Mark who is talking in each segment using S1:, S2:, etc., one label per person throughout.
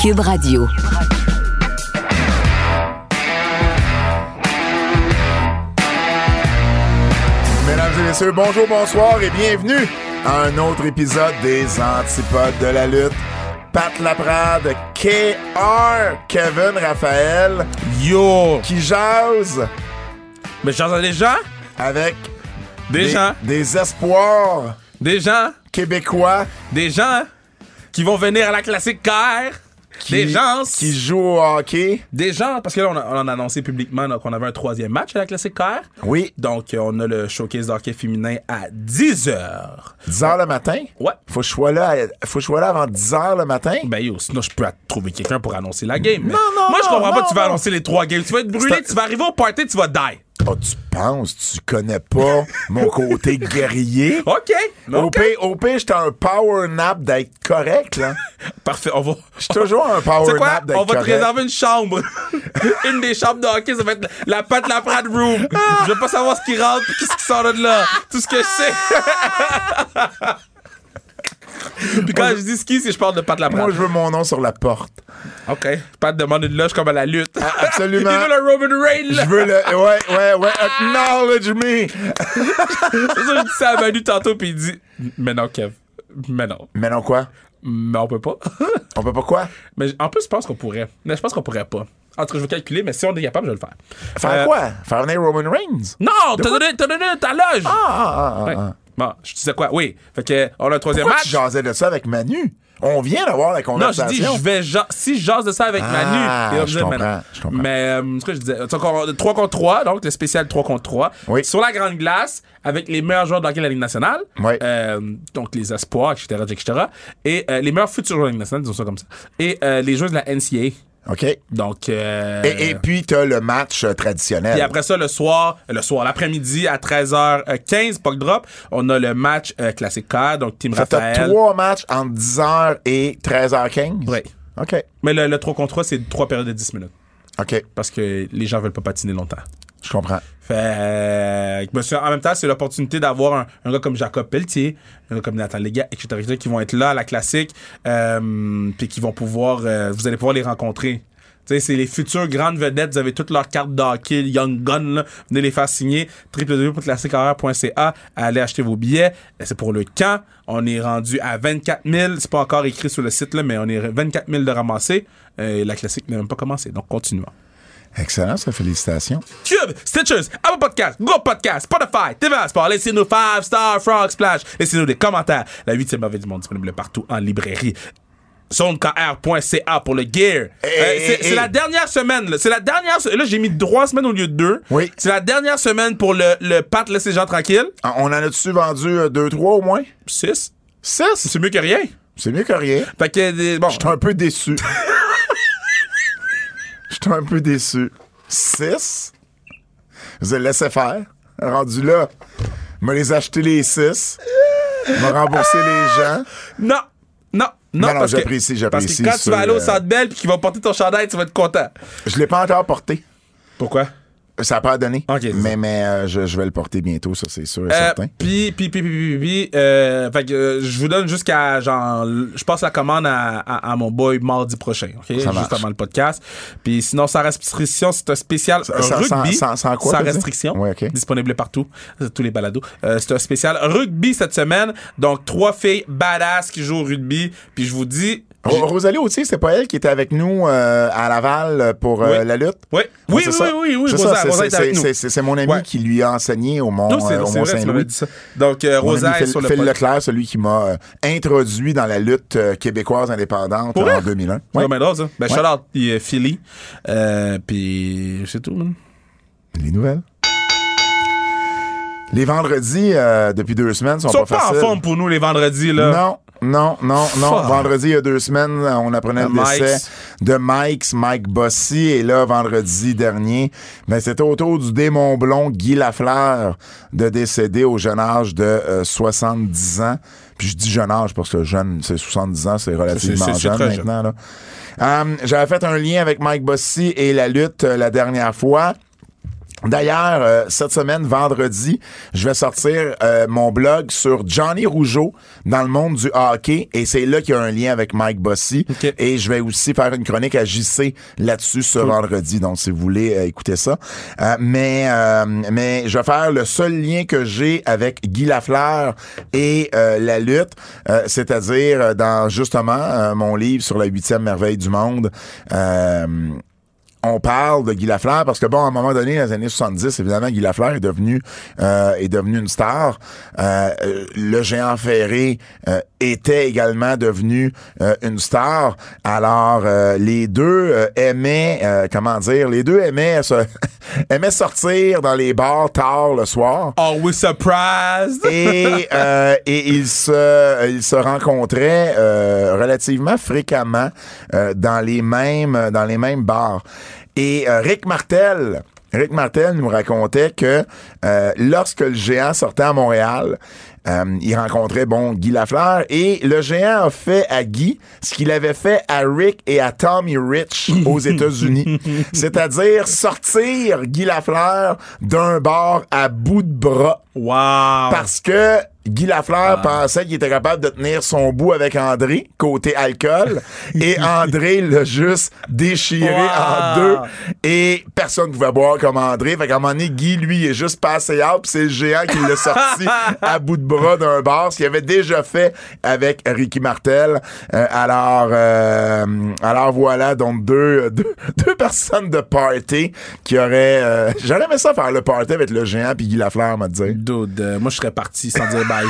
S1: Cube Radio.
S2: Mesdames et messieurs, bonjour, bonsoir et bienvenue à un autre épisode des Antipodes de la lutte. Pat Laprade, KR, Kevin Raphaël,
S3: Yo!
S2: qui jase
S3: Mais j'entends des gens,
S2: avec
S3: des gens,
S2: des espoirs
S3: des gens,
S2: québécois
S3: des gens qui vont venir à la classique KR.
S2: qui,
S3: des gens,
S2: qui jouent au hockey.
S3: des gens, parce que là, on, a, on a annoncé publiquement là, qu'on avait un troisième match à la classique KR.
S2: Oui,
S3: Donc, euh, on a le showcase d'hockey féminin à 10h.
S2: 10 heures le matin.
S3: Ouais.
S2: Faut que je sois là, à- faut que je sois là avant 10 heures le matin.
S3: Ben yo, sinon je peux trouver quelqu'un pour annoncer la game. Mais
S2: non,
S3: Moi, je
S2: non,
S3: comprends pas
S2: non,
S3: que tu vas
S2: non.
S3: annoncer les trois games. Tu vas être brûlé,
S2: C'est un-
S3: tu vas arriver au party, tu vas die.
S2: Oh, tu penses, tu connais pas mon côté guerrier.
S3: OK.
S2: Au
S3: OK.
S2: pire, au pire, j'étais un power nap d'être correct, là.
S3: Parfait, on va.
S2: J'suis toujours un power
S3: Tu sais quoi?
S2: nap d'être
S3: On va te
S2: correct.
S3: réserver une chambre. une des chambres de hockey, ça va être la la patte la Prade Room. Je veux pas savoir ce qui rentre et ce qui sort de là. Tout ce que je sais. Puis quand je dis ski, c'est je parle de Pat
S2: Moi,
S3: Laprade.
S2: je veux mon nom sur la porte.
S3: OK. Pat demande une loge comme à la lutte. Il
S2: Absolument.
S3: veut le Roman Reigns,
S2: Je
S3: là.
S2: veux le. Ouais, ouais, ouais. Acknowledge me.
S3: C'est ça, je dis ça à Manu tantôt, puis il dit Mais non, Kev. Mais non.
S2: Mais non, quoi?
S3: Mais on peut pas.
S2: On peut pas quoi?
S3: mais j- en plus, je pense qu'on pourrait. Mais je pense qu'on pourrait pas. En tout cas, je vais calculer, mais si on est capable, je vais le faire.
S2: Faire
S3: Euh,
S2: quoi? Faire venir Roman Reigns?
S3: Non, t'as donné, t'as donné ta loge.
S2: Ah, ah, ah,
S3: Ouais.
S2: ah.
S3: Bon, je disais quoi? Oui. Fait que, on a un troisième
S2: Pourquoi tu
S3: match.
S2: jasais de ça avec Manu? On vient d'avoir la
S3: Non, je dis,
S2: conversation.
S3: je vais ja- si je jase de ça avec
S2: Ah,
S3: Manu. Et on
S2: je
S3: disait, mais non.
S2: comprends, je comprends.
S3: Mais, euh, ce que je disais, tu sais, encore, euh, 3 contre 3, donc le spécial 3 contre 3.
S2: Oui.
S3: Sur la grande glace, avec les meilleurs joueurs de hockey de la Ligue nationale.
S2: Oui.
S3: Euh, donc les espoirs, etc., etc. Et euh, les meilleurs futurs joueurs de la Ligue nationale, disons ça comme ça. Et euh, les joueurs de la NCA.
S2: OK. Et,
S3: Donc, euh,
S2: et puis, t'as le match euh, traditionnel.
S3: Puis après ça, le soir, euh, le soir, l'après-midi à 13h15, Puck Drop, on a le match euh, classique K, donc Team
S2: Fait que t'as
S3: Raphaël.
S2: trois matchs entre 10h et 13h15?
S3: Oui.
S2: OK.
S3: Mais le, le 3 contre 3, c'est 3 périodes de 10 minutes.
S2: OK.
S3: Parce que les gens veulent pas patiner longtemps.
S2: Je comprends.
S3: Fait que, ben, c'est- en même temps, c'est l'opportunité d'avoir un, un gars comme Jacob Pelletier, un gars comme Nathan Légat, etc., etc., qui vont être là à la classique, euh, puis qui vont pouvoir, euh, vous allez pouvoir les rencontrer. Tu sais, c'est les futures grandes vedettes. Vous avez toutes leurs cartes d'hockey, Young Gun, là. Venez les faire signer. www.classiquehoraire.ca. Allez acheter vos billets. C'est pour le camp. On est rendu à 24 000. C'est pas encore écrit sur le site, là, mais on est 24 000 de ramasser. Euh, la classique n'a même pas commencé. Donc, continuons.
S2: Excellent, ça. Félicitations.
S3: Cube, Stitchers, Apple Podcast, Go Podcast, Spotify, TVA Sport. Laissez-nous 5 Star Frog Splash. Laissez-nous des commentaires. La 8 merveille du monde disponible partout en librairie. ZoneKR.ca pour le
S2: Eh,
S3: gear. Euh, c'est-
S2: hey,
S3: c'est
S2: hey.
S3: la dernière semaine. Là, C'est la dernière se- là j'ai mis trois semaines au lieu de deux.
S2: Oui.
S3: C'est la dernière semaine pour le, le Pat laissez les gens tranquilles.
S2: Ah, On en a-tu vendu 2-3 au moins?
S3: Six.
S2: 6?
S3: C'est mieux que rien.
S2: C'est mieux que rien.
S3: Fait que, euh, bon.
S2: J'étais un peu déçu. J'étais un peu déçu. 6. Je les ai laissés faire. Rendu là, me les acheter les 6. Me rembourser les gens.
S3: Non. Non. Non,
S2: Non, non,
S3: parce que-
S2: j'apprécie,
S3: Parce
S2: j'apprécie
S3: que quand tu
S2: sur,
S3: vas aller au
S2: euh,
S3: Centre Bell puis qu'il va porter ton chandail, tu vas être content.
S2: Je l'ai pas encore porté.
S3: Pourquoi?
S2: Ça n'a pas donné.
S3: Ok, c'est
S2: mais
S3: ça.
S2: mais euh, je, je vais le porter bientôt, ça c'est sûr et
S3: Euh,
S2: certain.
S3: Puis, puis, puis, puis, puis, puis, euh, fait que euh, je vous donne jusqu'à genre, l- je passe la commande à, à, à mon boy mardi prochain, ok? Juste
S2: marche.
S3: avant le podcast. Puis sinon, sans restriction, c'est un spécial
S2: Sans- sans-
S3: rugby.
S2: sans- sans quoi, t'as dit?
S3: restriction.
S2: Ouais, ok.
S3: Disponible partout, euh, tous les balados. Euh, c'est un spécial rugby cette semaine. Donc, trois filles badass qui jouent au rugby. Puis je vous dis. j'ai-
S2: Ro- Rosalie Autier, c'est pas elle qui était avec nous euh, à Laval pour euh,
S3: Oui.
S2: la lutte?
S3: Oui, oui,
S2: c'est
S3: oui,
S2: ça.
S3: oui, oui, oui,
S2: C'est
S3: Rosa-
S2: ça, c'est-
S3: Rosa est
S2: c'est-
S3: avec nous.
S2: c'est- c'est- c'est mon ami
S3: Ouais.
S2: qui lui a enseigné au Mont,
S3: Non, c'est
S2: euh, au
S3: c'est
S2: Mont
S3: vrai, tu m'avais
S2: Saint-Louis.
S3: dit ça. Donc, euh,
S2: Mon ami
S3: Rosa est
S2: Phil,
S3: sur le
S2: Phil
S3: podcast.
S2: Leclerc, celui qui m'a euh, introduit dans la lutte euh, québécoise indépendante
S3: Pour
S2: euh, en
S3: vrai?
S2: 2001.
S3: C'est
S2: Ouais.
S3: vraiment drôle, ça. Ben,
S2: Ouais.
S3: shout out, il est Philly. Euh, puis c'est tout, man.
S2: Les nouvelles. Les vendredis, euh, depuis deux semaines, sont,
S3: Ils sont pas,
S2: faciles.
S3: en forme pour nous les vendredis, là.
S2: Non, non, non, non.
S3: Fuck.
S2: Vendredi, il y a deux semaines, on apprenait
S3: De
S2: le décès
S3: Mike's.
S2: de Mike's, Mike Bossy. Et là, vendredi dernier, ben, c'était autour du démon blond Guy Lafleur de décéder au jeune âge de euh, 70 ans. Puis je dis jeune âge parce que jeune, c'est 70 ans, c'est relativement
S3: C'est- c'est- c'est
S2: jeune
S3: très jeune.
S2: maintenant. là. Euh, J'avais fait un lien avec Mike Bossy et la lutte euh, la dernière fois. D'ailleurs, euh, cette semaine, vendredi, je vais sortir euh, mon blog sur Johnny Rougeau dans le monde du hockey et c'est là qu'il y a un lien avec Mike Bossy.
S3: Ok.
S2: Et je vais aussi faire une chronique à JC là-dessus ce vendredi. Donc, si vous voulez euh, écouter ça. Euh, mais, euh, mais je vais faire le seul lien que j'ai avec Guy Lafleur et euh, la lutte, euh, c'est-à-dire euh, dans justement euh, mon livre sur la huitième merveille du monde. Euh, on parle de Guy Lafleur parce que bon, à un moment donné, dans les années 70, évidemment, Guy Lafleur est devenu euh, est devenu une star. Euh, euh, le géant ferré euh, était également devenu euh, une star. Alors euh, les deux euh, aimaient euh, comment dire, les deux aimaient se- aimaient sortir dans les bars tard le soir
S3: Are we surprised?
S2: et, euh, et ils se ils se rencontraient euh, relativement fréquemment euh, dans les mêmes dans les mêmes bars. Et euh, Rick Martel Rick Martel nous racontait que euh, lorsque le géant sortait à Montréal, euh, il rencontrait bon Guy Lafleur et le géant a fait à Guy ce qu'il avait fait à Rick et à Tommy Rich aux États-Unis, c'est-à-dire sortir Guy Lafleur d'un bar à bout de bras.
S3: Wow!
S2: Parce que Guy Lafleur pensait qu'il était capable de tenir son bout avec André, côté alcool, et André l'a juste déchiré en
S3: Wow.
S2: deux, et personne ne pouvait boire comme André. Fait qu'à un moment donné, Guy, lui, est juste passé out, puis c'est le géant qui l'a sorti à bout de bras d'un bar, ce qu'il avait déjà fait avec Ricky Martel. Euh, alors, euh, alors voilà, donc deux, euh, deux, deux personnes de party qui auraient... euh, J'aurais aimé ça faire le party avec le géant puis Guy Lafleur, m'a dit.
S3: Dude, euh, moi, je serais parti sans dire bye.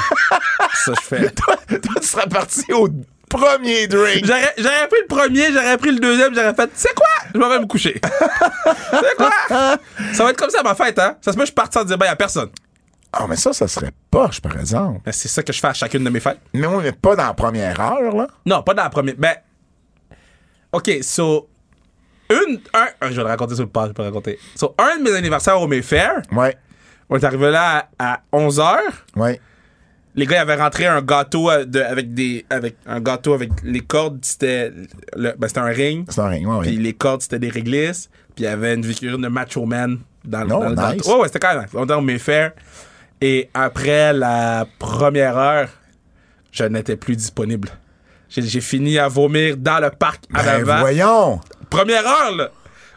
S3: ça, je fais.
S2: toi, toi, tu serais parti au premier drink.
S3: J'aurais j'aurais pris le premier, j'aurais pris le deuxième, j'aurais fait, c'est quoi? Je m'en vais me coucher. c'est quoi? Ça va être comme ça à ma fête, hein? Ça se peut, que je parte sans dire bye à personne.
S2: Ah, mais ça, ça serait poche, par exemple.
S3: Ben, c'est ça que je fais à chacune de mes fêtes.
S2: Mais oui, mais pas dans la première heure, là.
S3: Non, pas dans la première. Ben. OK, so. Une. Un. un, je vais le raconter sur le pas, je peux le raconter. So, un de mes anniversaires au Mayfair,
S2: Ouais,
S3: on est arrivé là à, 11h.
S2: ouais.
S3: Les gars ils avaient rentré un gâteau à- de- avec des. avec un gâteau avec les cordes, c'était. le- Ben, c'était un ring.
S2: C'est un ring, ouais, ouais.
S3: Puis les cordes, c'était des réglisses. Puis il y avait une figurine de Macho Man dans le.
S2: Oh,
S3: dans le gâteau.
S2: nice.
S3: Ouais, ouais, c'était quand même. On était au Mayfair. Et après la première heure, je n'étais plus disponible. J'ai j'ai fini à vomir dans le parc en
S2: Ben,
S3: avant.
S2: voyons.
S3: Première heure, là.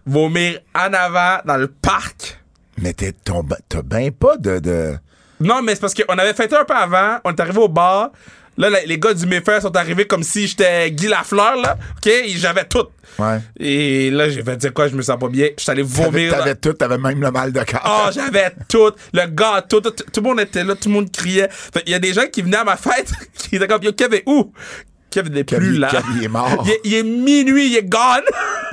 S3: Vomir en avant dans le parc.
S2: Mais t'es ton- t'as bien pas de, de.
S3: Non, mais c'est parce qu'on avait fêté un peu avant. On est arrivé au bar. Là, la- les gars du Mayfair sont arrivés comme si j'étais Guy Lafleur, là. OK? Et J'avais tout.
S2: Ouais.
S3: Et là, j'ai fait dire quoi? Je me sens pas bien. Je suis allé
S2: T'avais
S3: vomir. dans-
S2: t'avais tout, t'avais même le mal de cœur.
S3: Oh, j'avais tout. Le gâteau, tout, tout, tout le monde était là, tout le monde criait. Fait, il y a des gens qui venaient à ma fête qui étaient comme, yo, Kevin, où? Kevin n'est
S2: Kevin-
S3: plus là.
S2: Kevin est mort.
S3: Il, est- il est minuit, il est gone.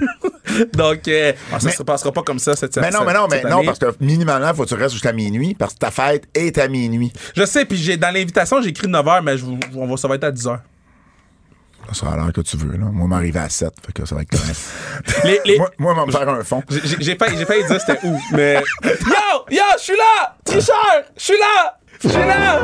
S3: Donc, euh, ah, ça se passera pas comme ça cette
S2: mais non,
S3: cette-
S2: mais non, mais
S3: cette
S2: non,
S3: année.
S2: parce que minimalement, faut que tu restes jusqu'à minuit, parce que ta fête est à minuit.
S3: Je sais, puis j'ai, dans l'invitation, j'ai écrit 9h, mais je vous- on va, ça va être à 10h.
S2: Ça sera à l'heure que tu veux, là. Moi, m'arriver à 7, fait que ça va être correct.
S3: Les, les-
S2: moi, moi, on va me faire un fond.
S3: j'ai, j'ai, failli, j'ai failli dire c'était où, mais. Yo! Yo, je suis là! Tricheur! Je suis là! Je suis là!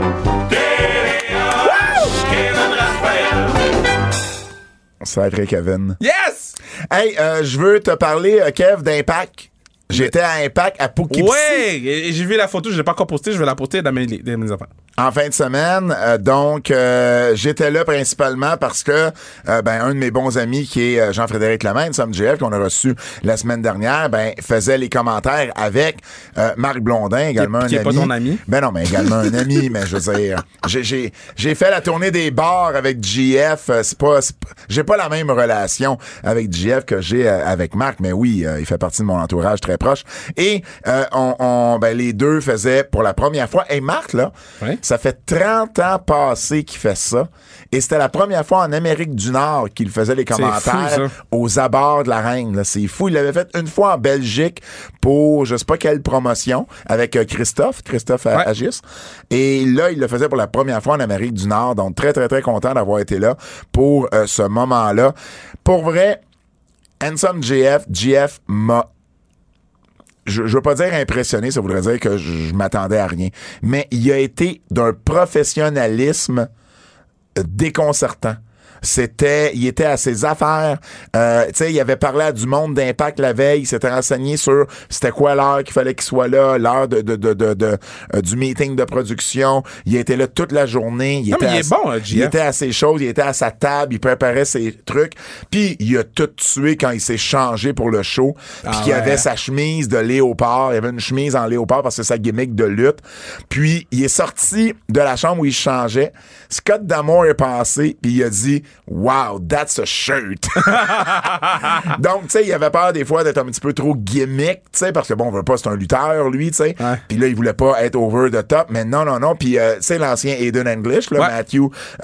S2: Sacré Kevin.
S3: Yes!
S2: Hey, euh, je veux te parler, euh, Kev, d'Impact. J'étais à Impact à Poughkeepsie
S3: Ouais! Et- et J'ai vu la photo, je l'ai pas encore postée, je vais la poster dans mes, dans mes affaires.
S2: en fin de semaine. Euh, donc, euh, j'étais là principalement parce que euh, ben, un de mes bons amis, qui est euh, Jean-Frédéric Lamaine, Sam GF, qu'on a reçu la semaine dernière, ben, faisait les commentaires avec euh, Marc Blondin, également
S3: Qui est-
S2: un
S3: qui est pas ton ami.
S2: Ben non, mais également un ami, mais je veux dire, j'ai- j'ai j'ai fait la tournée des bars avec GF. euh, C'est pas, c'est pas- j'ai pas la même relation avec GF que j'ai euh, avec Marc, mais oui, euh, il fait partie de mon entourage très proche. Et euh, on, on- ben, les deux faisaient pour la première fois. Et Marc là,
S3: Ouais.
S2: ça fait 30 ans passé qu'il fait ça. Et c'était la première fois en Amérique du Nord qu'il faisait les
S3: fou,
S2: commentaires
S3: ça.
S2: aux abords de la reine. là. C'est fou. Il l'avait fait une fois en Belgique pour je sais pas quelle promotion avec euh, Christophe, Christophe euh,
S3: Ouais.
S2: Agis. Et là, il le faisait pour la première fois en Amérique du Nord. Donc, très, très, très content d'avoir été là pour euh, ce moment-là. Pour vrai, Handsome GF, GF m'a je, je veux pas dire impressionné, ça voudrait dire que je, je m'attendais à rien. Mais il a été d'un professionnalisme euh, déconcertant. C'était, il était à ses affaires. Euh, tu sais, il avait parlé à du monde d'impact la veille. Il s'était renseigné sur c'était quoi l'heure qu'il fallait qu'il soit là, l'heure de, de, de, de, de- euh, du meeting de production. Il était là toute la journée. Il,
S3: Non,
S2: était,
S3: mais il
S2: à,
S3: est bon, euh,
S2: il
S3: GF.
S2: était à ses choses, il était à sa table, il préparait ses trucs. Puis il a tout tué quand il s'est changé pour le show. Puis
S3: Ah
S2: qu'il
S3: ouais.
S2: avait sa chemise de léopard. Il avait une chemise en léopard parce que c'est sa gimmick de lutte. Puis il est sorti de la chambre où il changeait. Scott Damore est passé, puis il a dit Wow, that's a shirt. Donc, tu sais, il avait peur des fois d'être un petit peu trop gimmick, tu sais, parce que bon, on veut pas, c'est un lutteur, lui, tu sais.
S3: Ouais.
S2: Puis là, il voulait pas être over the top, mais non, non, non. Puis, euh, tu sais, l'ancien Aiden English, là,
S3: Ouais.
S2: Matthew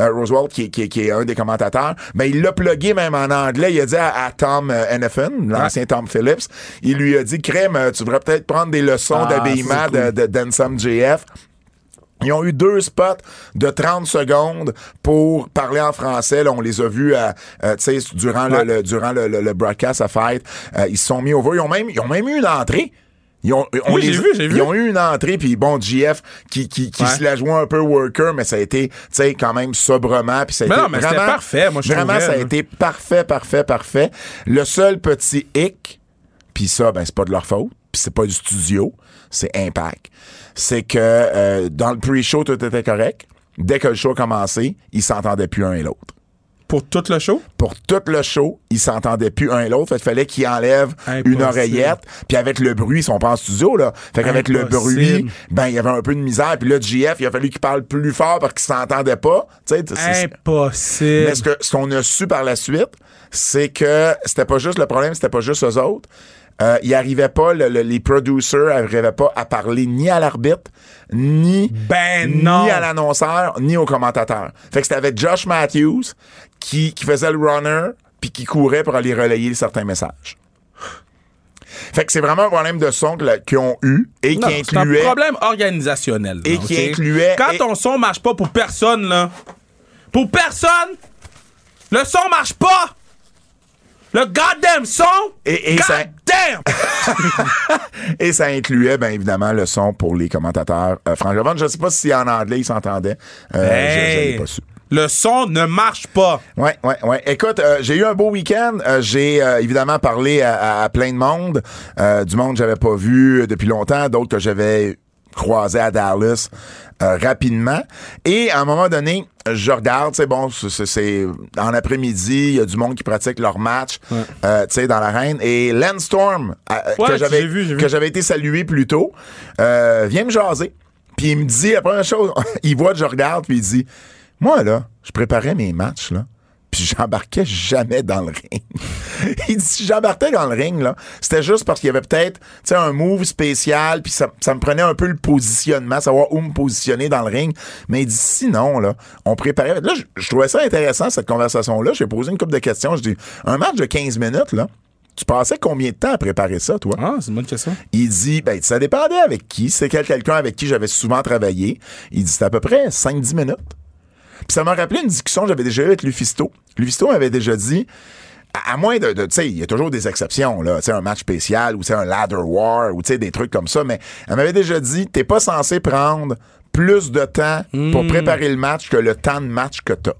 S2: euh, Roswald, qui, qui, qui est un des commentateurs, ben, il l'a plugué même en anglais. Il a dit à, à Tom euh, Hennepin, l'ancien Tom Phillips, il lui a dit, Crème, euh, tu devrais peut-être prendre des leçons
S3: Ah,
S2: d'habillement
S3: ça, c'est cool.
S2: de, de d'Ensemble JF. Ils ont eu deux spots de 30 secondes pour parler en français. Là, on les a vus à, euh, tu sais, durant, le-
S3: Ouais.
S2: le, durant le, le- le broadcast à Fight. Euh, ils se sont mis au vol. Ils ont même, ils ont même eu une entrée. Ils ont, euh, on
S3: Oui,
S2: les-
S3: j'ai vu, j'ai vu.
S2: Ils ont eu une entrée, puis bon, JF qui, qui, qui
S3: Ouais.
S2: se la jouait un peu worker, mais ça a été, tu sais, quand même sobrement. Puis ça a
S3: Mais
S2: été
S3: non, mais c'était
S2: vraiment,
S3: parfait, moi, je
S2: Vraiment,
S3: trouvais,
S2: ça a
S3: là.
S2: été parfait, parfait, parfait. Le seul petit hic, puis ça, ben, c'est pas de leur faute, puis c'est pas du studio, c'est Impact. C'est que euh, dans le pre-show, tout était correct. Dès que le show a commencé, ils s'entendaient plus un et l'autre
S3: Pour tout le show?
S2: pour tout le show, ils s'entendaient plus un et l'autre. Fait qu'il fallait qu'ils enlèvent
S3: Impossible.
S2: une oreillette. Puis avec le bruit, ils sont pas en studio, là. Fait qu'avec le
S3: Impossible.
S2: bruit, ben, il y avait un peu de misère. Puis là, JF, il a fallu qu'il parle plus fort parce qu'ils s'entendaient pas. Tu sais, c'est-
S3: Impossible.
S2: mais ce que- ce qu'on a su par la suite, c'est que c'était pas juste le problème, c'était pas juste eux autres. Euh, ils arrivaient pas, le- le- les producers arrivaient pas à parler ni à l'arbitre, ni,
S3: Ben
S2: ni
S3: non.
S2: à l'annonceur, ni au commentateur. Fait que c'était avec Josh Matthews qui, qui faisait le runner puis qui courait pour aller relayer certains messages. Fait que c'est vraiment un problème de son que la- qu'ils ont eu et
S3: Non,
S2: qui
S3: c'est un
S2: incluait.
S3: problème organisationnel.
S2: Et
S3: là,
S2: qui
S3: ok?
S2: incluait-
S3: Quand
S2: et-
S3: ton son marche pas pour personne, là. Pour personne! Le son marche pas! Le goddamn son!
S2: Et- et ça-
S3: goddamn!
S2: Et ça incluait, bien évidemment, le son pour les commentateurs euh, francophones. Je ne sais pas si en anglais, ils s'entendaient. Euh, je- je
S3: Hey!
S2: l'ai pas su.
S3: Le son ne marche pas.
S2: Ouais, ouais, ouais. Écoute, euh, j'ai eu un beau week-end. Euh, j'ai euh, évidemment parlé à, à- à plein de monde, Euh, du monde que j'avais pas vu euh, depuis longtemps, d'autres que j'avais croisé à Dallas euh, rapidement. Et à un moment donné, je regarde, c'est bon, c'est- c'est c'est- en après-midi, il y a du monde qui pratique leur match, euh, tu sais, dans l'arène. Et Landstorm, euh,
S3: Ouais,
S2: que j'avais
S3: j'ai vu, j'ai vu.
S2: que j'avais été salué plus tôt, euh, vient me jaser. Puis il me dit, la première chose, il voit que je regarde, puis il dit, moi, là, je préparais mes matchs, là, puis j'embarquais jamais dans le ring. il dit, si j'embarquais dans le ring, là, c'était juste parce qu'il y avait peut-être, tu sais, un move spécial, puis ça, ça me prenait un peu le positionnement, savoir où me positionner dans le ring. Mais il dit, sinon, là, on préparait... Là, je, je trouvais ça intéressant, cette conversation-là. J'ai posé une couple de questions. Je dis, un match de 15 minutes, là, tu passais combien de temps à préparer ça, toi?
S3: Ah, c'est une bonne question.
S2: Il dit, ben, ça dépendait avec qui. C'est quel- quelqu'un avec qui j'avais souvent travaillé. Il dit, c'est à peu près 5-10 minutes. Puis ça m'a rappelé une discussion que j'avais déjà eue avec Lufisto. Lufisto m'avait déjà dit, à, à moins de, de- tu sais, il y a toujours des exceptions, là, tu sais, un match spécial ou tu sais, un ladder war ou tu sais, des trucs comme ça, mais elle m'avait déjà dit, t'es pas censé prendre plus de temps pour préparer le match que le temps de match que t'as.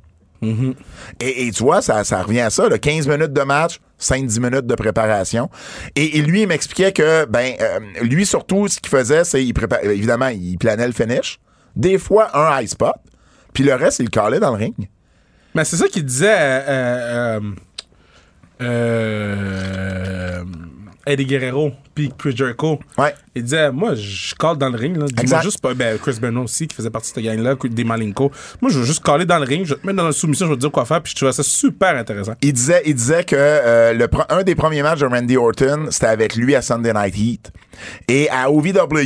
S2: Et, et tu vois, ça, ça revient à ça, là, 15 minutes de match, 5-10 minutes de préparation. Et, et lui, il m'expliquait que, ben, euh, lui surtout, ce qu'il faisait, c'est, il prépa- évidemment, il planait le finish, des fois un high spot, puis le reste, il le calait dans le ring.
S3: Mais c'est ça qu'il disait. euh, euh, euh, euh, Eddie Guerrero, puis Chris Jericho.
S2: Ouais.
S3: Il disait, moi, je colle dans le ring. Là. Dis-moi
S2: Exact.
S3: juste pas. Ben, Chris Benoit aussi, qui faisait partie de cette gang-là, des Malenko. Moi, je veux juste coller dans le ring, je vais te mettre dans la soumission, je vais te dire quoi faire, puis je trouvais ça super intéressant.
S2: Il disait, il disait que euh, le, pro- un des premiers matchs de Randy Orton, c'était avec lui à Sunday Night Heat. Et à OVW,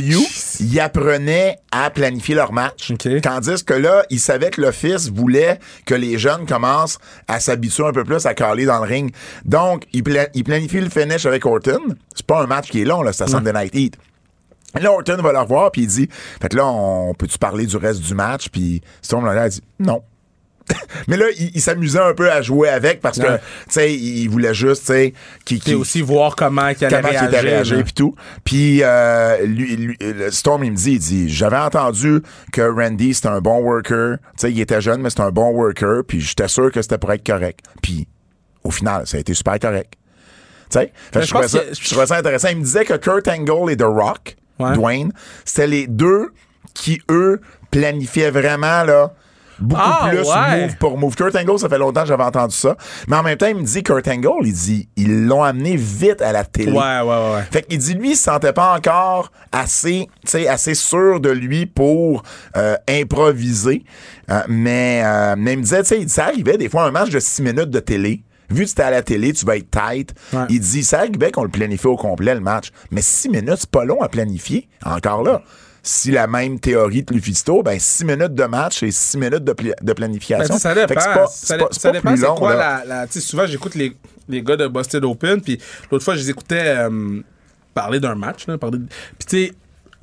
S2: il apprenait à planifier leur match.
S3: Ok.
S2: Tandis que là, il savait que l'office voulait que les jeunes commencent à s'habituer un peu plus à caler dans le ring. Donc, il, pla- il planifie le finish avec Orton. C'est pas un match qui est long, là, c'est à Sunday Night Heat. Là, Orton va le revoir, puis il dit, fait que là, on peut-tu parler du reste du match? Puis Storm Lawler a dit, non. Mais là, il, il s'amusait un peu à jouer avec parce que,
S3: Ouais.
S2: tu sais, il il voulait juste, tu sais, qu'il
S3: Puis
S2: qu'il-
S3: aussi voir comment qu'il allait
S2: comment il était réagi
S3: réagir.
S2: puis tout. Puis euh, lui, lui- le Storm il me dit il dit j'avais entendu que Randy c'était un bon worker, tu sais il était jeune mais c'était un bon worker puis j'étais sûr que c'était pour être correct. Puis au final, ça a été super correct. Tu sais, Fait que
S3: je
S2: je, trouvais
S3: pense
S2: ça,
S3: que-
S2: je trouvais ça intéressant, il me disait que Kurt Angle et The Rock,
S3: Ouais.
S2: Dwayne, c'était les deux qui eux planifiaient vraiment là beaucoup
S3: Ah,
S2: plus
S3: ouais.
S2: move pour move. Kurt Angle, ça fait longtemps que j'avais entendu ça. Mais en même temps, il me dit Kurt Angle, il dit ils l'ont amené vite à la télé.
S3: Ouais, ouais, ouais. ouais.
S2: Fait qu'il dit, lui, il se sentait pas encore assez, tu sais, assez sûr de lui pour euh, improviser. Euh, mais, euh, mais il me disait, tu sais, il dit, ça arrivait des fois un match de 6 minutes de télé. Vu que c'était à la télé, tu vas être tight.
S3: Ouais.
S2: Il dit, ça arrivait qu'on le planifie au complet, le match. Mais 6 minutes, c'est pas long à planifier. Encore là. Si la même théorie de Lufisto, ben 6 minutes de match et 6 minutes de, pla- de
S3: Ben,
S2: planification.
S3: tu sais, ça
S2: Fait que
S3: dépend.
S2: c'est pas-
S3: ça,
S2: c'est pas-
S3: dé-
S2: c'est
S3: ça
S2: pas
S3: dépend,
S2: plus
S3: c'est
S2: long,
S3: quoi
S2: là.
S3: la. la- tu sais, souvent, j'écoute les, les gars de Busted Open, puis l'autre fois, je les écoutais euh, parler d'un match. Là, parler de- Puis, tu sais,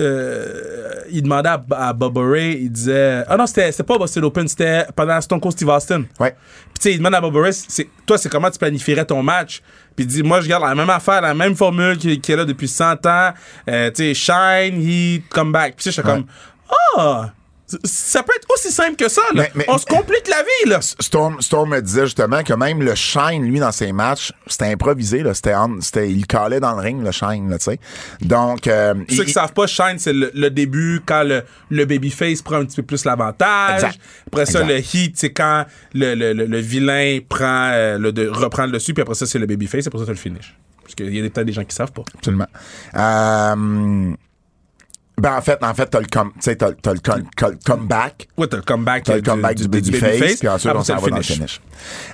S3: euh, il demandait à, à Bubba Ray, il disait. Ah non, c'était c'était pas Busted Open, c'était pendant Stone Cold Steve Austin.
S2: Ouais.
S3: Puis tu sais, il demande à Bob Burris, c'est toi, c'est comment tu planifierais ton match? Puis il dit, moi, je garde la même affaire, la même formule qui, qui est là depuis 100 ans. Euh, tu sais, shine, heat, come back. Puis tu sais, j'étais comme, ah, c- ça peut être aussi simple que ça, là.
S2: Ben, Mais- mais-
S3: Ben, On se complique la vie, là.
S2: Storm, Storm me disait justement que même le Shine, lui, dans ses matchs, c'était improvisé. Là, c'était, en- c'était- il calait dans le ring, le Shine, là, tu sais. Donc, euh,
S3: Ceux
S2: il-
S3: qui savent pas, Shine, c'est le, le début quand le, le babyface prend un petit peu plus l'avantage.
S2: Exact.
S3: Après ça,
S2: Exact.
S3: le heat, c'est quand le, le, le, le vilain prend, euh, le, de, reprend le dessus, puis après ça, c'est le babyface, et après ça, c'est le finish. Parce qu'il y a des- peut-être des gens qui savent pas.
S2: absolument. Euh, ben, en fait, en fait, t'as le, com- tu sais, t'as, le- t'as le com- com- comeback.
S3: Ouais, t'as le comeback,
S2: T'as le comeback du, babyface, puis ensuite,
S3: après,
S2: on
S3: Ah, c'est
S2: s'en
S3: le
S2: va dans le
S3: finish.
S2: finish.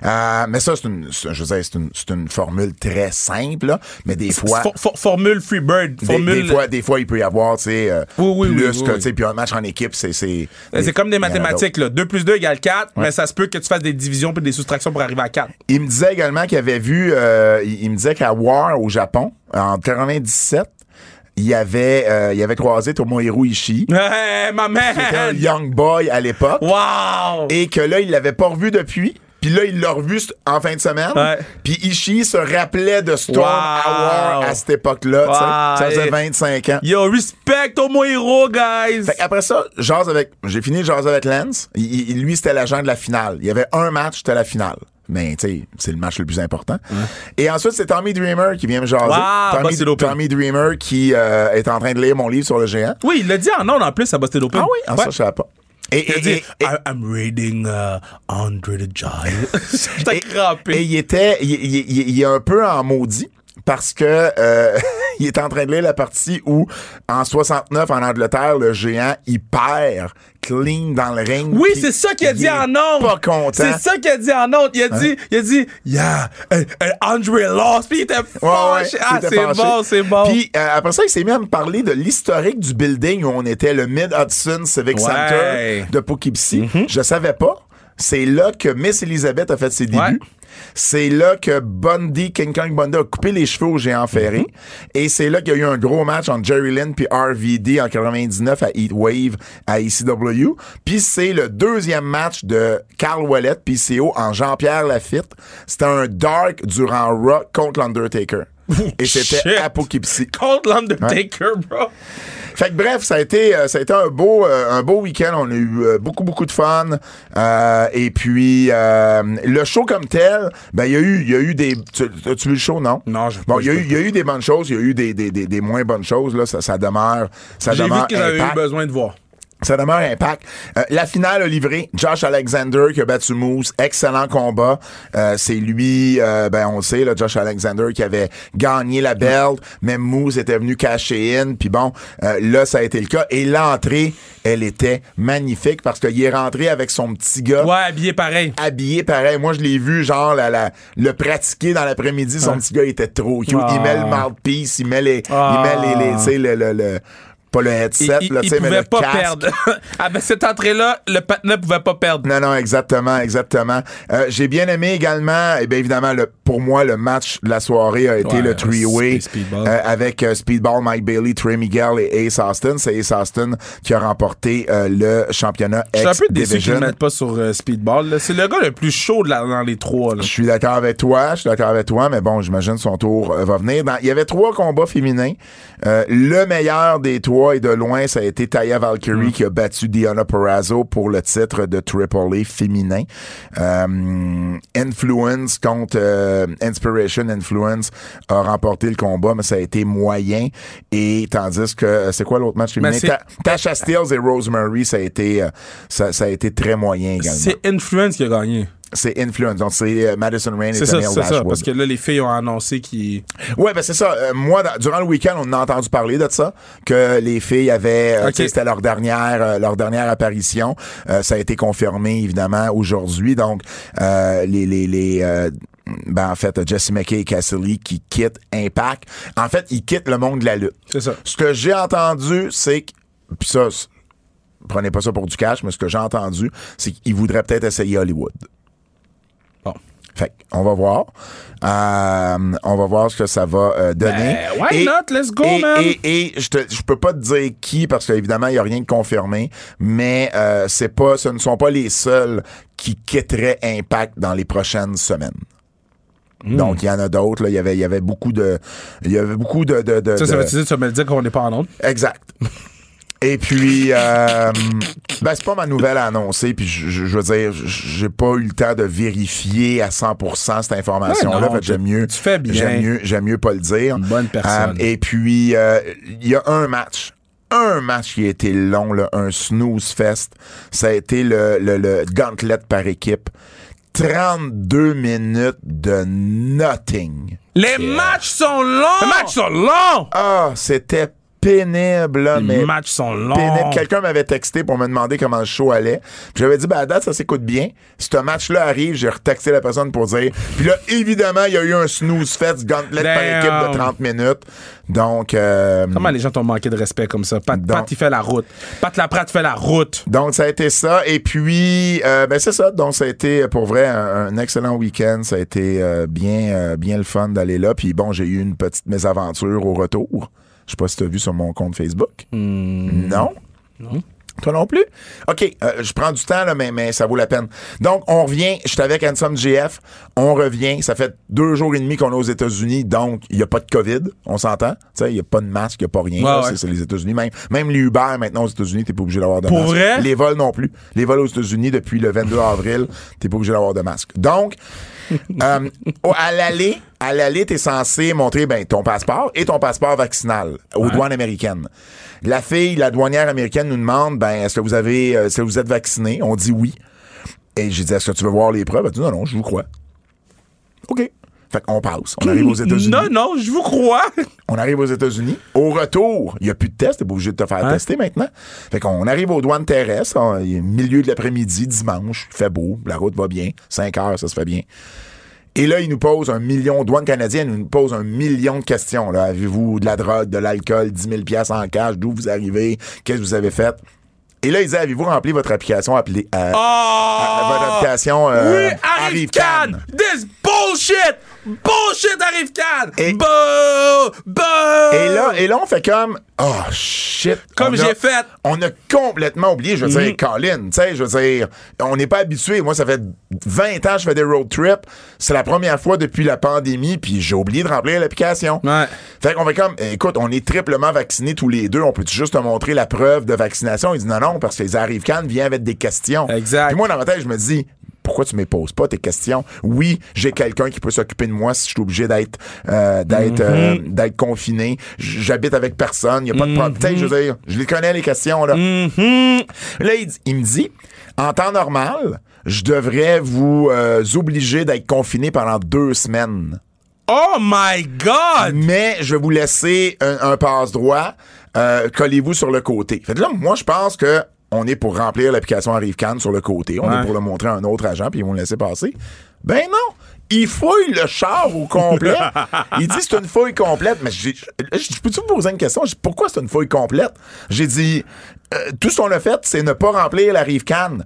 S2: Euh, mais ça, c'est une, c'est- je veux dire, c'est une, c'est une formule très simple, là, mais des fois...
S3: For- for- formule Freebird.
S2: Des,
S3: Formule.
S2: des fois, des fois, il peut y avoir, tu sais, euh,
S3: Oui, oui, oui,
S2: plus
S3: oui,
S2: que,
S3: oui. Ben,
S2: tu sais, puis un match en équipe, c'est... C'est,
S3: Euh, c'est comme des
S2: il y en a d'autres.
S3: mathématiques, là. 2 plus 2 égale 4, mais ça se peut que tu fasses des divisions puis des soustractions pour arriver à 4.
S2: Il me disait également qu'il avait vu, euh, il il me disait qu'à War au Japon, en 97, il avait, euh, il avait croisé Tomohiro Ishii, qui
S3: Hey, ma
S2: était un
S3: man!
S2: young boy à l'époque,
S3: Wow!
S2: et que là, il l'avait pas revu depuis. Puis là, il l'a revu s- en fin de semaine.
S3: Ouais.
S2: Puis Ishii se rappelait de Storm
S3: Wow.
S2: à War à cette époque-là. tu sais.
S3: Wow.
S2: Ça faisait
S3: Et-
S2: 25 ans.
S3: Yo, respect au mon héros, guys!
S2: Fait Après ça, jase avec. J'ai fini jase avec Lance. Il- il- lui, c'était l'agent de la finale. Il y avait un match, c'était la finale. Mais tu sais, c'est le match le plus important. Et ensuite, c'est Tommy Dreamer qui vient me jaser.
S3: Wow, bah,
S2: Tommy,
S3: Busted Open.
S2: Tommy Dreamer qui euh, est en train de lire mon livre sur le géant.
S3: Oui, il l'a dit en ondes en plus à Busted Open.
S2: Ah oui? Ah, ça,
S3: Ouais.
S2: je savais pas. Et,
S3: Il a
S2: et-
S3: dit,
S2: et- et-
S3: I- I'm reading uh, Andre the Giant. J'étais
S2: et-
S3: crampé.
S2: et il était. Il, il- il- il est un peu en maudit parce que. euh, Il est en train de lire la partie où, en 69, en Angleterre, le géant, il perd clean dans le ring.
S3: Oui,
S2: puis
S3: c'est ça qu'il a
S2: il
S3: dit
S2: est
S3: en ondes.
S2: Pas content. Hein?
S3: C'est ça qu'il a dit en ondes. Il a dit, il a dit, yeah, and- and Andre lost. Puis il était
S2: Ouais, ouais,
S3: fâché. ah,
S2: il était
S3: c'est
S2: fâché.
S3: bon, c'est bon.
S2: Puis euh, après ça, il s'est mis à me parler de l'historique du building où on était, le Mid-Hudson Civic
S3: Ouais. Mm-hmm.
S2: Center de Poughkeepsie. Je savais pas. C'est là que Miss Elizabeth a fait ses débuts.
S3: Ouais.
S2: C'est là que Bundy, King Kong Bundy a coupé les cheveux au
S3: Mm-hmm.
S2: géant ferré. Et c'est là qu'il y a eu un gros match entre Jerry Lynn puis RVD en 99 à Heat Wave à ECW. Puis c'est le deuxième match de Carl Wallet puis CO en Jean-Pierre Lafitte. C'était un dark durant Raw contre l'Undertaker. Et c'était
S3: shit.
S2: à Poughkeepsie.
S3: contre l'Undertaker, bro.
S2: Fait que bref, ça a été, euh, ça a été un beau, euh, un beau week-end. On a eu euh, beaucoup, beaucoup de fun. Euh, et puis, euh, le show comme tel, ben, il y a eu, il y a eu des, tu, as-tu vu le show, non?
S3: Non, je-
S2: Bon, il y a
S3: je-
S2: eu, il y a eu des bonnes choses, il y a eu des, des, des, des moins bonnes choses, là. Ça, ça demeure, ça
S3: J'ai vu
S2: demeure
S3: ce qu'ils avaient eu ben,
S2: impact.
S3: besoin de voir.
S2: Ça demeure impact. Euh, la finale a livré Josh Alexander qui a battu Moose. Excellent combat. Euh, c'est lui, euh, ben on le sait, là, Josh Alexander qui avait gagné la belt. Même Moose était venu cacher in. Puis bon, euh, là, ça a été le cas. Et l'entrée, elle était magnifique parce qu'il est rentré avec son petit gars
S3: Ouais, habillé pareil.
S2: habillé pareil. Moi, je l'ai vu, genre, la, la- le pratiquer dans l'après-midi. Son petit gars il était trop cute.
S3: Ah.
S2: Il met le mouthpiece, il met les,
S3: Ah.
S2: il met les, les- tu sais, le, le- le- pas le headset,
S3: il,
S2: là,
S3: il
S2: tu sais, mais
S3: pouvait
S2: le
S3: pas
S2: casque.
S3: perdre. Avec cette entrée-là, le patinet pouvait pas perdre.
S2: Non, non, exactement, exactement. Euh, J'ai bien aimé également, et bien évidemment, le, pour moi, le match de la soirée a été
S3: Ouais,
S2: le three-way
S3: speed- speedball.
S2: euh, avec euh, Speedball, Mike Bailey, Trey Miguel et Ace Austin. C'est Ace Austin qui a remporté euh, le championnat
S3: Je suis un peu déçu qu'ils
S2: X-Division.
S3: ne mettent pas sur euh, Speedball. là. C'est le gars le plus chaud de la- dans les trois. là.
S2: Je suis d'accord avec toi, je suis d'accord avec toi, mais bon, j'imagine son tour euh, va venir. Dans- il y avait trois combats féminins. Euh, le meilleur des trois et de loin, ça a été Taya Valkyrie
S3: Mm.
S2: qui a battu Diana Perrazzo pour le titre de Triple A féminin. Euh, Influence contre euh, Inspiration Influence a remporté le combat, mais ça a été moyen. Et tandis que euh, c'est quoi l'autre match féminin?
S3: Mais Ben, c'est-
S2: Ta- Tasha Steelz et Rosemary, ça a été euh, ça, ça a été très moyen également.
S3: C'est Influence qui a gagné.
S2: C'est Influence. Donc, c'est euh, Madison Rain et
S3: C'est ça,
S2: Tennille
S3: c'est ça.
S2: Dashwood.
S3: Parce que là, les filles ont annoncé qu'ils.
S2: Ouais, ben c'est ça. Euh, moi, dans- durant le week-end, on a entendu parler de ça, que les filles avaient, euh,
S3: Ok.
S2: tu sais, c'était leur dernière, euh, leur dernière apparition. Euh, ça a été confirmé évidemment aujourd'hui. Donc, euh, les, les, les euh, ben en fait, Jesse McKay et Cassidy qui quittent Impact. En fait, ils quittent le monde de la lutte.
S3: C'est ça.
S2: Ce que j'ai entendu, c'est que. Puis ça, c'est- prenez pas ça pour du cash, mais ce que j'ai entendu, c'est qu'ils voudraient peut-être essayer Hollywood.
S3: Bon.
S2: Fait on va voir. Euh, on va voir ce que ça va euh, donner.
S3: Ben, why not? Let's go,
S2: et,
S3: man!
S2: Et, et je, te, je peux pas te dire qui, parce qu'évidemment, il n'y a rien de confirmé, mais euh, c'est pas, ce ne sont pas les seuls qui quitteraient Impact dans les prochaines semaines.
S3: Hmm.
S2: Donc, il y en a d'autres. là. Il y avait, il y avait beaucoup de... Il y avait beaucoup de... de, de-
S3: Ça, ça
S2: de-
S3: veut dire, tu vas me le dire qu'on n'est pas en honte.
S2: Exact. Et puis, euh, ben, c'est pas ma nouvelle à annoncer. Puis, je, je- je veux dire, j- j'ai pas eu le temps de vérifier à 100% cette
S3: Ouais,
S2: information-là.
S3: non,
S2: Fait que j'aime
S3: tu-
S2: mieux.
S3: tu fais bien.
S2: J'aime mieux, j'aime mieux pas le dire. Euh,
S3: Une bonne personne.
S2: et puis, euh, il y a un match. Un match qui a été long, là, un snooze fest. Ça a été le, le, le gauntlet par équipe. 32 minutes de nothing.
S3: Les matchs sont longs! Les matchs sont longs!
S2: Ah, c'était pénible, là,
S3: Les
S2: mais
S3: matchs sont longs.
S2: pénible. Quelqu'un m'avait texté pour me demander comment le show allait. Puis J'avais dit, ben, à date, ça s'écoute bien. Si ce match-là arrive, j'ai retexté la personne pour dire. Puis là, évidemment, il y a eu un snooze fest gauntlet par
S3: Damn.
S2: équipe de 30 minutes. Donc, euh,
S3: Comment les gens t'ont manqué de respect comme ça? Pat,
S2: Donc-
S3: Pat, il fait la route. Pat Laprade fait la route.
S2: donc, ça a été ça. Et puis, euh, ben, c'est ça. Donc, ça a été, pour vrai, un, un excellent week-end. Ça a été euh, bien, euh, bien le fun d'aller là. Puis bon, j'ai eu une petite mésaventure au retour. Je sais pas si tu as vu sur mon compte Facebook. Non.
S3: Hmm. Non.
S2: Toi non plus? OK, euh, je prends du temps, là, mais, mais ça vaut la peine. Donc, on revient. Je suis avec Ansom GF. On revient. Ça fait deux jours et demi qu'on est aux États-Unis, donc il n'y a pas de COVID. On s'entend? Tu sais, il n'y a pas de masque, il n'y a pas rien.
S3: Ouais,
S2: là.
S3: ouais.
S2: C'est- C'est les États-Unis. Même, même les Uber, maintenant, aux États-Unis, t'es pas obligé d'avoir de
S3: Pour
S2: masque.
S3: vrai?
S2: Les vols non plus. Les vols aux États-Unis, depuis le 22 avril, t'es pas obligé d'avoir de masque. Donc, euh, au- à l'aller, à l'aller, t'es censé montrer ben, ton passeport et ton passeport vaccinal aux douanes américaines. La fille, la douanière américaine nous demande ben est-ce que vous avez, euh, est-ce que vous êtes vacciné On dit oui. Et j'ai dit est-ce que tu veux voir les preuves Elle dit non non, je vous crois. Ok. Fait qu'on passe. On arrive aux États-Unis.
S3: Non, non, je vous crois.
S2: On arrive aux États-Unis. Au retour, il n'y a plus de test. T'es pas obligé de te faire tester maintenant. Fait qu'on arrive aux douanes terrestres. on- il est milieu de l'après-midi, dimanche. Il fait beau. La route va bien. 5 heures, ça se fait bien. Et là, ils nous posent un million. Douane canadienne ils nous posent un million de questions. là. Avez-vous de la drogue, de l'alcool, 10 000 piastres en cash? D'où vous arrivez? Qu'est-ce que vous avez fait? Et là, ils disent, avez-vous rempli votre application appelée, euh, votre
S3: Oh!
S2: application euh,
S3: oui, arrive
S2: Can?
S3: Can! This bullshit! Bullshit arrive Can!
S2: Et-
S3: Boo! Boo!
S2: Et là, et là, on fait comme Oh shit!
S3: Comme
S2: On a-
S3: j'ai fait. Mm.
S2: On a complètement oublié, je veux dire, Colin, tu sais, je veux dire, on n'est pas habitué. Moi, ça fait 20 ans que je fais des road trips. C'est la première fois depuis la pandémie, puis j'ai oublié de remplir l'application.
S3: Ouais.
S2: Fait qu'on fait comme écoute, on est triplement vaccinés tous les deux, on peut juste te montrer la preuve de vaccination? Il dit non, non, parce que les arrive quand viennent avec des questions.
S3: Exact.
S2: Puis moi, dans ma tête, je me dis. Pourquoi tu ne poses pas tes questions? Oui, j'ai quelqu'un qui peut s'occuper de moi si je suis obligé d'être euh, d'être euh, d'être confiné. J- J'habite avec personne, il n'y a pas de problème. Tu sais, Je veux dire, je les connais les questions là. Là, il, dit- il me dit, en temps normal, je devrais vous euh, obliger d'être confiné pendant deux semaines.
S3: Oh my god!
S2: Mais je vais vous laisser un, un passe droit. Euh, Collez-vous sur le côté. Fait que là, moi, je pense que on est pour remplir l'application ArriveCan sur le côté. On
S3: Ouais.
S2: est pour le montrer à un autre agent, puis ils vont le laisser passer. Ben non! il fouille le char au complet. il dit c'est une fouille complète. Mais j'ai- je peux-tu vous poser une question? J'ai dit, Pourquoi c'est une fouille complète? J'ai dit, euh, tout ce qu'on a fait, c'est ne pas remplir la rive Cannes.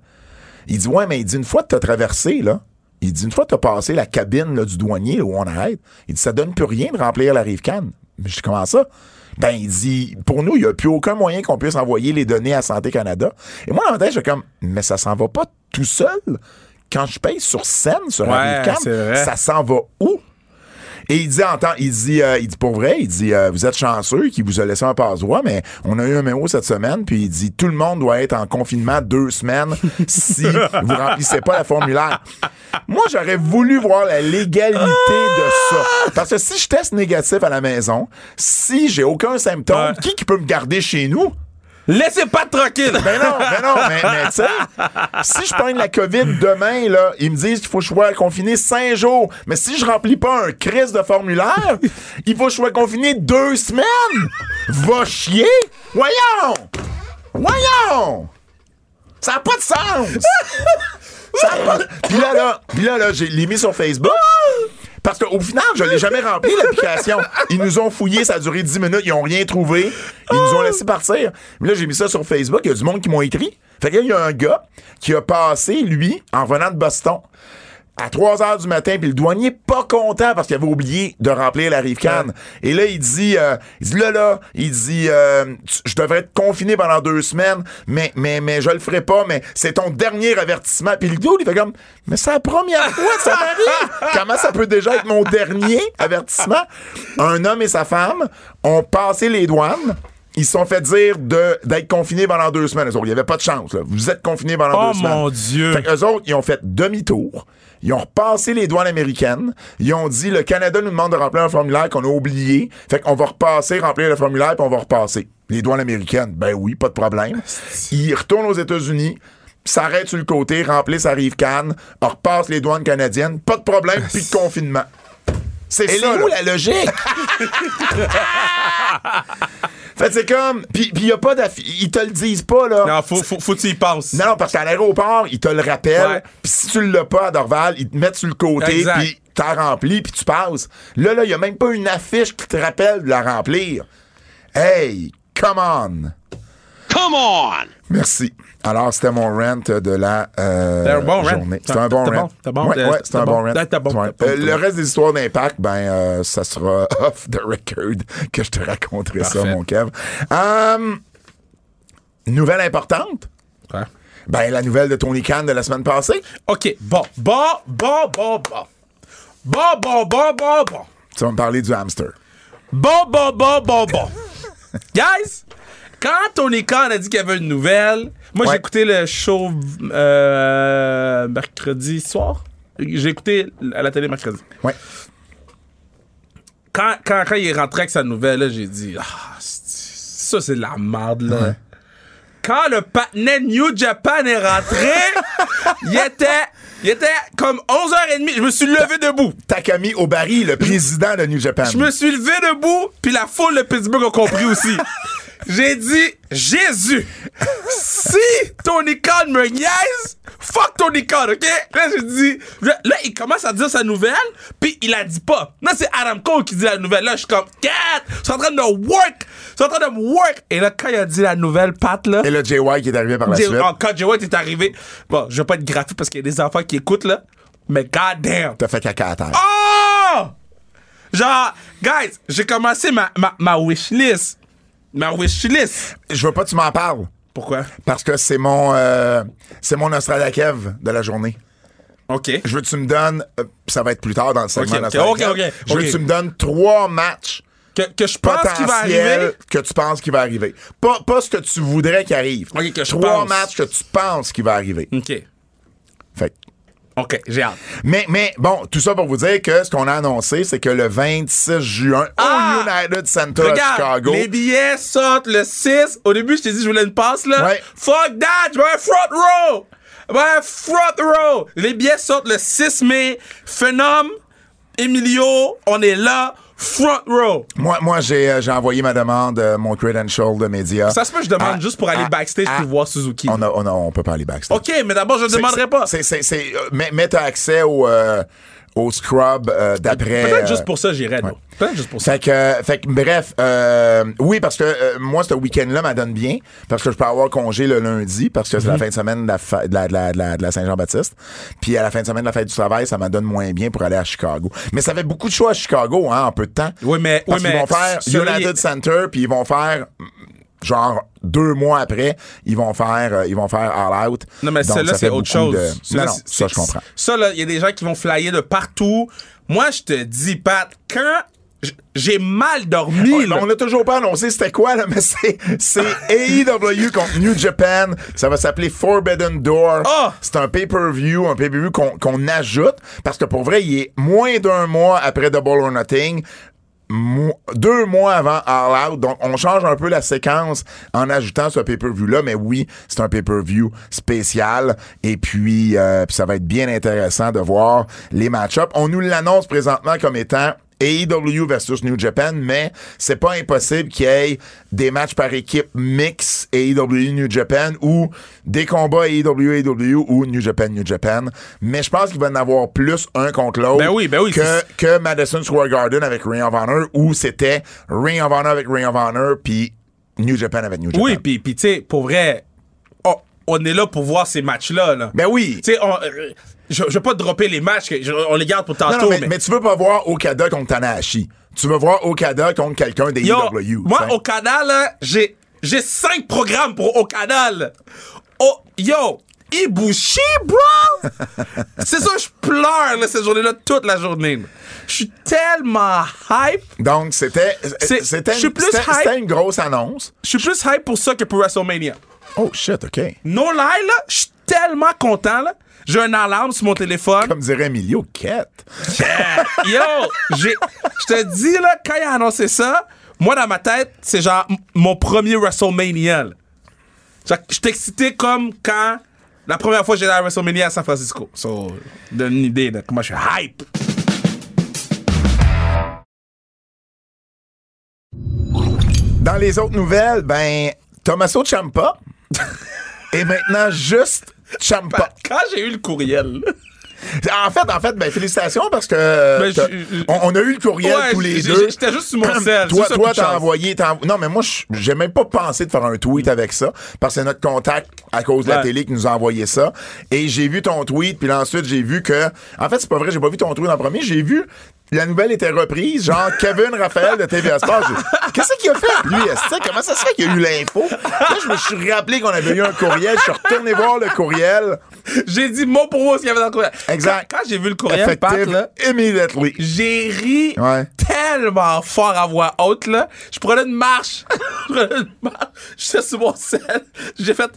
S2: Il dit, ouais, mais il dit, une fois que t'as traversé, là, il dit, une fois que t'as passé la cabine là, du douanier là, où on arrête, il dit, ça donne plus rien de remplir la rive Cannes. Mais je dis, comment ça? Ben, il dit, pour nous, il n'y a plus aucun moyen qu'on puisse envoyer les données à Santé Canada. Et moi, dans ma tête, je suis comme, mais ça s'en va pas tout seul. Quand je paye sur scène, sur
S3: Ouais,
S2: la rive
S3: c'est vrai.
S2: Cannes, ça s'en va où? Et il dit, en temps- il dit, euh, il dit pour vrai, il dit, euh, vous êtes chanceux qui vous a laissé un passe-droit, mais on a eu un mémo cette semaine, puis il dit, tout le monde doit être en confinement deux semaines si vous remplissez pas la formulaire. Moi, j'aurais voulu voir la légalité de ça. Parce que si je teste négatif à la maison, si j'ai aucun symptôme,
S3: Ouais.
S2: qui qui peut me garder chez nous?
S3: Laissez pas tranquille!
S2: Ben non, ben non, mais, mais tu sais, si je prends la COVID demain, là, ils me disent qu'il faut que je sois confiné cinq jours. Mais si je remplis pas un crise de formulaire, il faut que je sois confiné deux semaines. Va chier. Voyons. Voyons. Ça n'a pas de sens. Ça a pas de- Puis là, là, puis là, là, j'ai l'ai mis sur Facebook. Parce qu'au final, je l'ai jamais rempli, l'application. Ils nous ont fouillé, ça a duré 10 minutes, ils ont rien trouvé. Ils nous ont laissé partir. Mais là, j'ai mis ça sur Facebook, il y a du monde qui m'ont écrit. Fait que là, il y a un gars qui a passé, lui, en venant de Boston, à 3 heures du matin, puis le douanier pas content parce qu'il avait oublié de remplir la rive canne. Et là, il dit, euh, il dit, là, là, il dit, euh, tu- je devrais être confiné pendant deux semaines, mais, mais, mais je le ferai pas, mais c'est ton dernier avertissement. Puis le dude, il fait comme, mais c'est la première fois que ça m'arrive. Comment ça peut déjà être mon dernier avertissement? Un homme et sa femme ont passé les douanes. Ils se sont fait dire de- d'être confinés pendant deux semaines. eux autres. Il n'y avait pas de chance. là. Vous êtes confinés pendant
S3: Oh
S2: deux semaines.
S3: mon Dieu.
S2: Fait que eux autres, ils ont fait demi-tour. Ils ont repassé les douanes américaines. Ils ont dit le Canada nous demande de remplir un formulaire qu'on a oublié. Fait qu'on va repasser, remplir le formulaire, puis on va repasser. Les douanes américaines, ben oui, pas de problème. Ils retournent aux États-Unis, s'arrêtent sur le côté, remplissent sa rive Cannes, repassent les douanes canadiennes, pas de problème, puis de confinement. C'est ça.
S1: est où
S2: la logique? fait que c'est comme. Puis il y a pas d'affi. Ils te le disent pas, là.
S3: Non, faut, faut, faut que tu y passes.
S2: Non, non, parce qu'à l'aéroport, ils te le rappellent.
S3: Ouais.
S2: Puis si tu l'as pas à Dorval, ils te mettent sur le côté,
S3: Exact.
S2: puis t'as rempli, puis tu passes. Là, là, il y a même pas une affiche qui te rappelle de la remplir. Hey, come on!
S1: Come on!
S2: Merci. Alors, c'était mon rant de la euh,
S3: C'était un bon rant.
S2: journée. C'était un bon
S3: C'était bon,
S2: rant.
S3: c'était bon,
S2: Ouais,
S3: c'était-
S2: ouais, c'était un
S3: c'était
S2: bon
S3: bon.
S2: rant.
S3: C'était bon,
S2: Ouais.
S3: c'était
S2: Euh,
S3: bon, c'était
S2: le
S3: bon.
S2: reste des histoires d'impact, ben, euh, ça sera off the record que je te raconterai ça,
S3: Parfait.
S2: mon Kev. Hum, nouvelle importante.
S3: Ouais.
S2: Ben, la nouvelle de Tony Khan de la semaine passée.
S3: OK, bon, bon, bon, bon, bon. Bon, bon, bon, bon, bon.
S2: Tu vas me parler du hamster.
S3: Bon, bon, bon, bon, bon. Guys, quand Tony Khan a dit qu'il y avait une nouvelle, moi
S2: Ouais.
S3: j'ai écouté le show euh, mercredi soir. J'ai écouté à la télé mercredi.
S2: Ouais.
S3: Quand, quand, quand il est rentré avec sa nouvelle, là, j'ai dit Ah, c'est- ça c'est de la merde là. Quand le patinet New Japan est rentré, il était, il était comme 11h30. Je me suis levé debout.
S2: Takami Obari, le président de New Japan.
S3: Je me suis levé debout, puis la foule de Pittsburgh a compris aussi. J'ai dit, Jésus, si Tony Khan me niaise, fuck Tony Khan, OK? Là, j'ai dit, là, il commence à dire sa nouvelle, puis il la dit pas. Là, c'est Adam Cole qui dit la nouvelle. Là, je suis comme, cat, ils sont en train de work, ils sont en train de me work. Et là, quand il a dit la nouvelle, Pat, là,
S2: Et le JY qui est arrivé par la
S3: Jay-
S2: suite.
S3: oh, quand Jay White est arrivé, bon, je vais pas être graphique parce qu'il y a des enfants qui écoutent, là, mais goddamn.
S2: T'as fait caca à terre.
S3: Oh! Genre, guys, j'ai commencé ma, ma, ma wish list. Ma wish list.
S2: Je veux pas que tu m'en parles.
S3: Pourquoi?
S2: Parce que c'est mon euh, c'est mon Nostradakev de la journée.
S3: OK.
S2: Je veux que tu me donnes euh, ça va être plus tard dans le segment
S3: Ok, ok,
S2: Nostradakev.
S3: ok, ok,
S2: Je veux
S3: ok.
S2: que tu me donnes trois matchs
S3: Que, que je pense qu'il va
S2: potentiels
S3: arriver.
S2: que tu penses qu'il va arriver. Pas, pas ce que tu voudrais qu'il arrive.
S3: Ok, que je
S2: trois
S3: pense.
S2: matchs que tu penses qu'il va arriver.
S3: OK.
S2: Fait que-
S3: OK, j'ai hâte.
S2: Mais, mais bon, tout ça pour vous dire que ce qu'on a annoncé, c'est que le 26 juin,
S3: Ah!
S2: au United Center à
S3: Regarde,
S2: Euh, Chicago,
S3: les billets sortent le 6. Au début, je t'ai dit, je voulais une passe, là.
S2: Ouais.
S3: Fuck that, je veux un front row. Je veux un front row. Les billets sortent le 6 mai. Phenom, Emilio, on est là. Front row.
S2: moi, moi j'ai euh, j'ai envoyé ma demande, euh, mon credential de média.
S3: Ça se peut que je demande
S2: Ah,
S3: juste pour aller
S2: ah,
S3: backstage
S2: ah,
S3: pour voir Suzuki.
S2: On, a, on, a- on peut pas aller backstage.
S3: OK, mais d'abord, je ne
S2: C'est-
S3: demanderai
S2: c'est-
S3: pas.
S2: C'est, c'est, c'est, euh, mais, mais t'as accès au, euh, au scrub euh, d'après.
S3: Peut-être
S2: euh,
S3: juste pour ça, j'irais. là. Peut-être juste pour ça.
S2: Fait que, fait que, bref, euh, oui, parce que euh, moi, ce week-end-là m'adonne bien, parce que je peux avoir congé le lundi, parce que c'est
S3: Mhm.
S2: la fin de semaine de la, fa- de la, de la- de la- de la Saint-Jean-Baptiste. Puis à la fin de semaine de la fête du travail, ça m'adonne moins bien pour aller à Chicago. Mais ça fait beaucoup de choix à Chicago, hein, en peu de temps.
S3: Oui, mais-
S2: Parce
S3: oui,
S2: qu'ils
S3: mais
S2: vont faire
S3: celui-
S2: United Center, puis ils vont faire, mm, genre, deux mois après, ils vont faire, euh, ils vont faire All Out.
S3: Non, mais
S2: Donc,
S3: celle-là,
S2: ça fait
S3: c'est autre
S2: beaucoup
S3: chose.
S2: de- Non,
S3: Celle-là,
S2: non,
S3: c'est-
S2: ça, je
S3: c'est-
S2: comprends.
S3: Ça, là, il y a des gens qui vont flyer de partout. Moi, je te dis, Pat, quand j- j'ai mal dormi,
S2: Ouais,
S3: là,
S2: on n'a toujours pas annoncé c'était quoi, là, mais c'est, c'est AEW contre New Japan. Ça va s'appeler Forbidden Door.
S3: Ah!
S2: C'est un pay-per-view, un pay-per-view qu'on, qu'on ajoute, parce que pour vrai, il est moins d'un mois après Double or Nothing. mo- Deux mois avant All Out, donc on change un peu la séquence en ajoutant ce pay-per-view-là, mais oui, c'est un pay-per-view spécial, et puis, euh, puis ça va être bien intéressant de voir les match-ups. On nous l'annonce présentement comme étant AEW E versus New Japan, mais c'est pas impossible qu'il y ait des matchs par équipe mix AEW New Japan ou des combats E AEW AEW ou New Japan New Japan. Mais je pense qu'il va en avoir plus un contre l'autre
S3: Ben oui, ben oui,
S2: que,
S3: c'est-
S2: que Madison Square Garden avec Ring of Honor où c'était Ring of Honor avec Ring of Honor puis New Japan avec New Japan.
S3: Oui, puis puis, tu sais, pour vrai, on, on est là pour voir ces matchs-là. Là.
S2: Ben oui.
S3: Tu sais, on- euh, je, je vais pas dropper les matchs, que je- on les garde pour tantôt.
S2: Non, non, mais,
S3: mais-
S2: mais tu veux pas voir Okada contre Tanahashi. Tu veux voir Okada contre quelqu'un des E
S3: Yo,
S2: AEW.
S3: moi,
S2: t'sais.
S3: au canal, là, j'ai, j'ai cinq programmes pour au canal. Oh, yo, Ibushi, bro! c'est ça, je pleure, là, cette journée-là, toute la journée. là. Je suis tellement hype.
S2: Donc, c'était
S3: C'est-
S2: c'était
S3: je suis plus
S2: c'était-
S3: hype.
S2: c'était une grosse annonce.
S3: Je suis plus hype pour ça que pour WrestleMania.
S2: Oh shit, OK.
S3: No lie, là, je suis tellement content, là. J'ai un alarme sur mon téléphone.
S2: Comme dirait Emilio, quête.
S3: Euh, Yo, j'ai, je te dis, là, quand il a annoncé ça, moi, dans ma tête, c'est genre m- mon premier WrestleMania. là. Genre, Je t'ai excité comme quand la première fois que j'étais à WrestleMania à San Francisco. So, donne une idée de comment je suis hype.
S2: Dans les autres nouvelles, ben, Tommaso Ciampa est maintenant juste Ciampa.
S3: Quand j'ai eu le courriel,
S2: En fait, en fait, ben, félicitations parce que euh,
S3: Ben,
S2: t'as-
S3: je- je-
S2: on, on a eu le courriel
S3: Ouais,
S2: tous les
S3: j'ai-
S2: deux.
S3: j'ai- j'étais juste sur mon cell,
S2: Toi,
S3: c'est ça
S2: toi,
S3: qui change.
S2: t'as envoyé, t'as env- Non, mais moi, je- j'ai même pas pensé de faire un tweet avec ça parce que c'est notre contact à cause de la
S3: Ouais.
S2: télé qui nous a envoyé ça. Et j'ai vu ton tweet, puis là, ensuite, j'ai vu que. En fait, c'est pas vrai, j'ai pas vu ton tweet en premier. J'ai vu. La nouvelle était reprise, genre Kevin Raphaël de TVA Sport. J'ai- Qu'est-ce qu'il a fait, lui? est-ce que- Comment ça se fait qu'il y a eu l'info? Là, je me suis rappelé qu'on avait eu un courriel. Je suis retourné voir le courriel.
S3: j'ai dit mot pour mot ce qu'il y avait dans le courriel.
S2: Exact.
S3: Quand, quand j'ai vu le courriel, Pat,
S2: Effective
S3: là,
S2: Immediately.
S3: j'ai ri
S2: Ouais.
S3: tellement fort à voix haute, là. Je prenais une marche. je prenais une marche. J'étais sur mon sel. J'ai fait.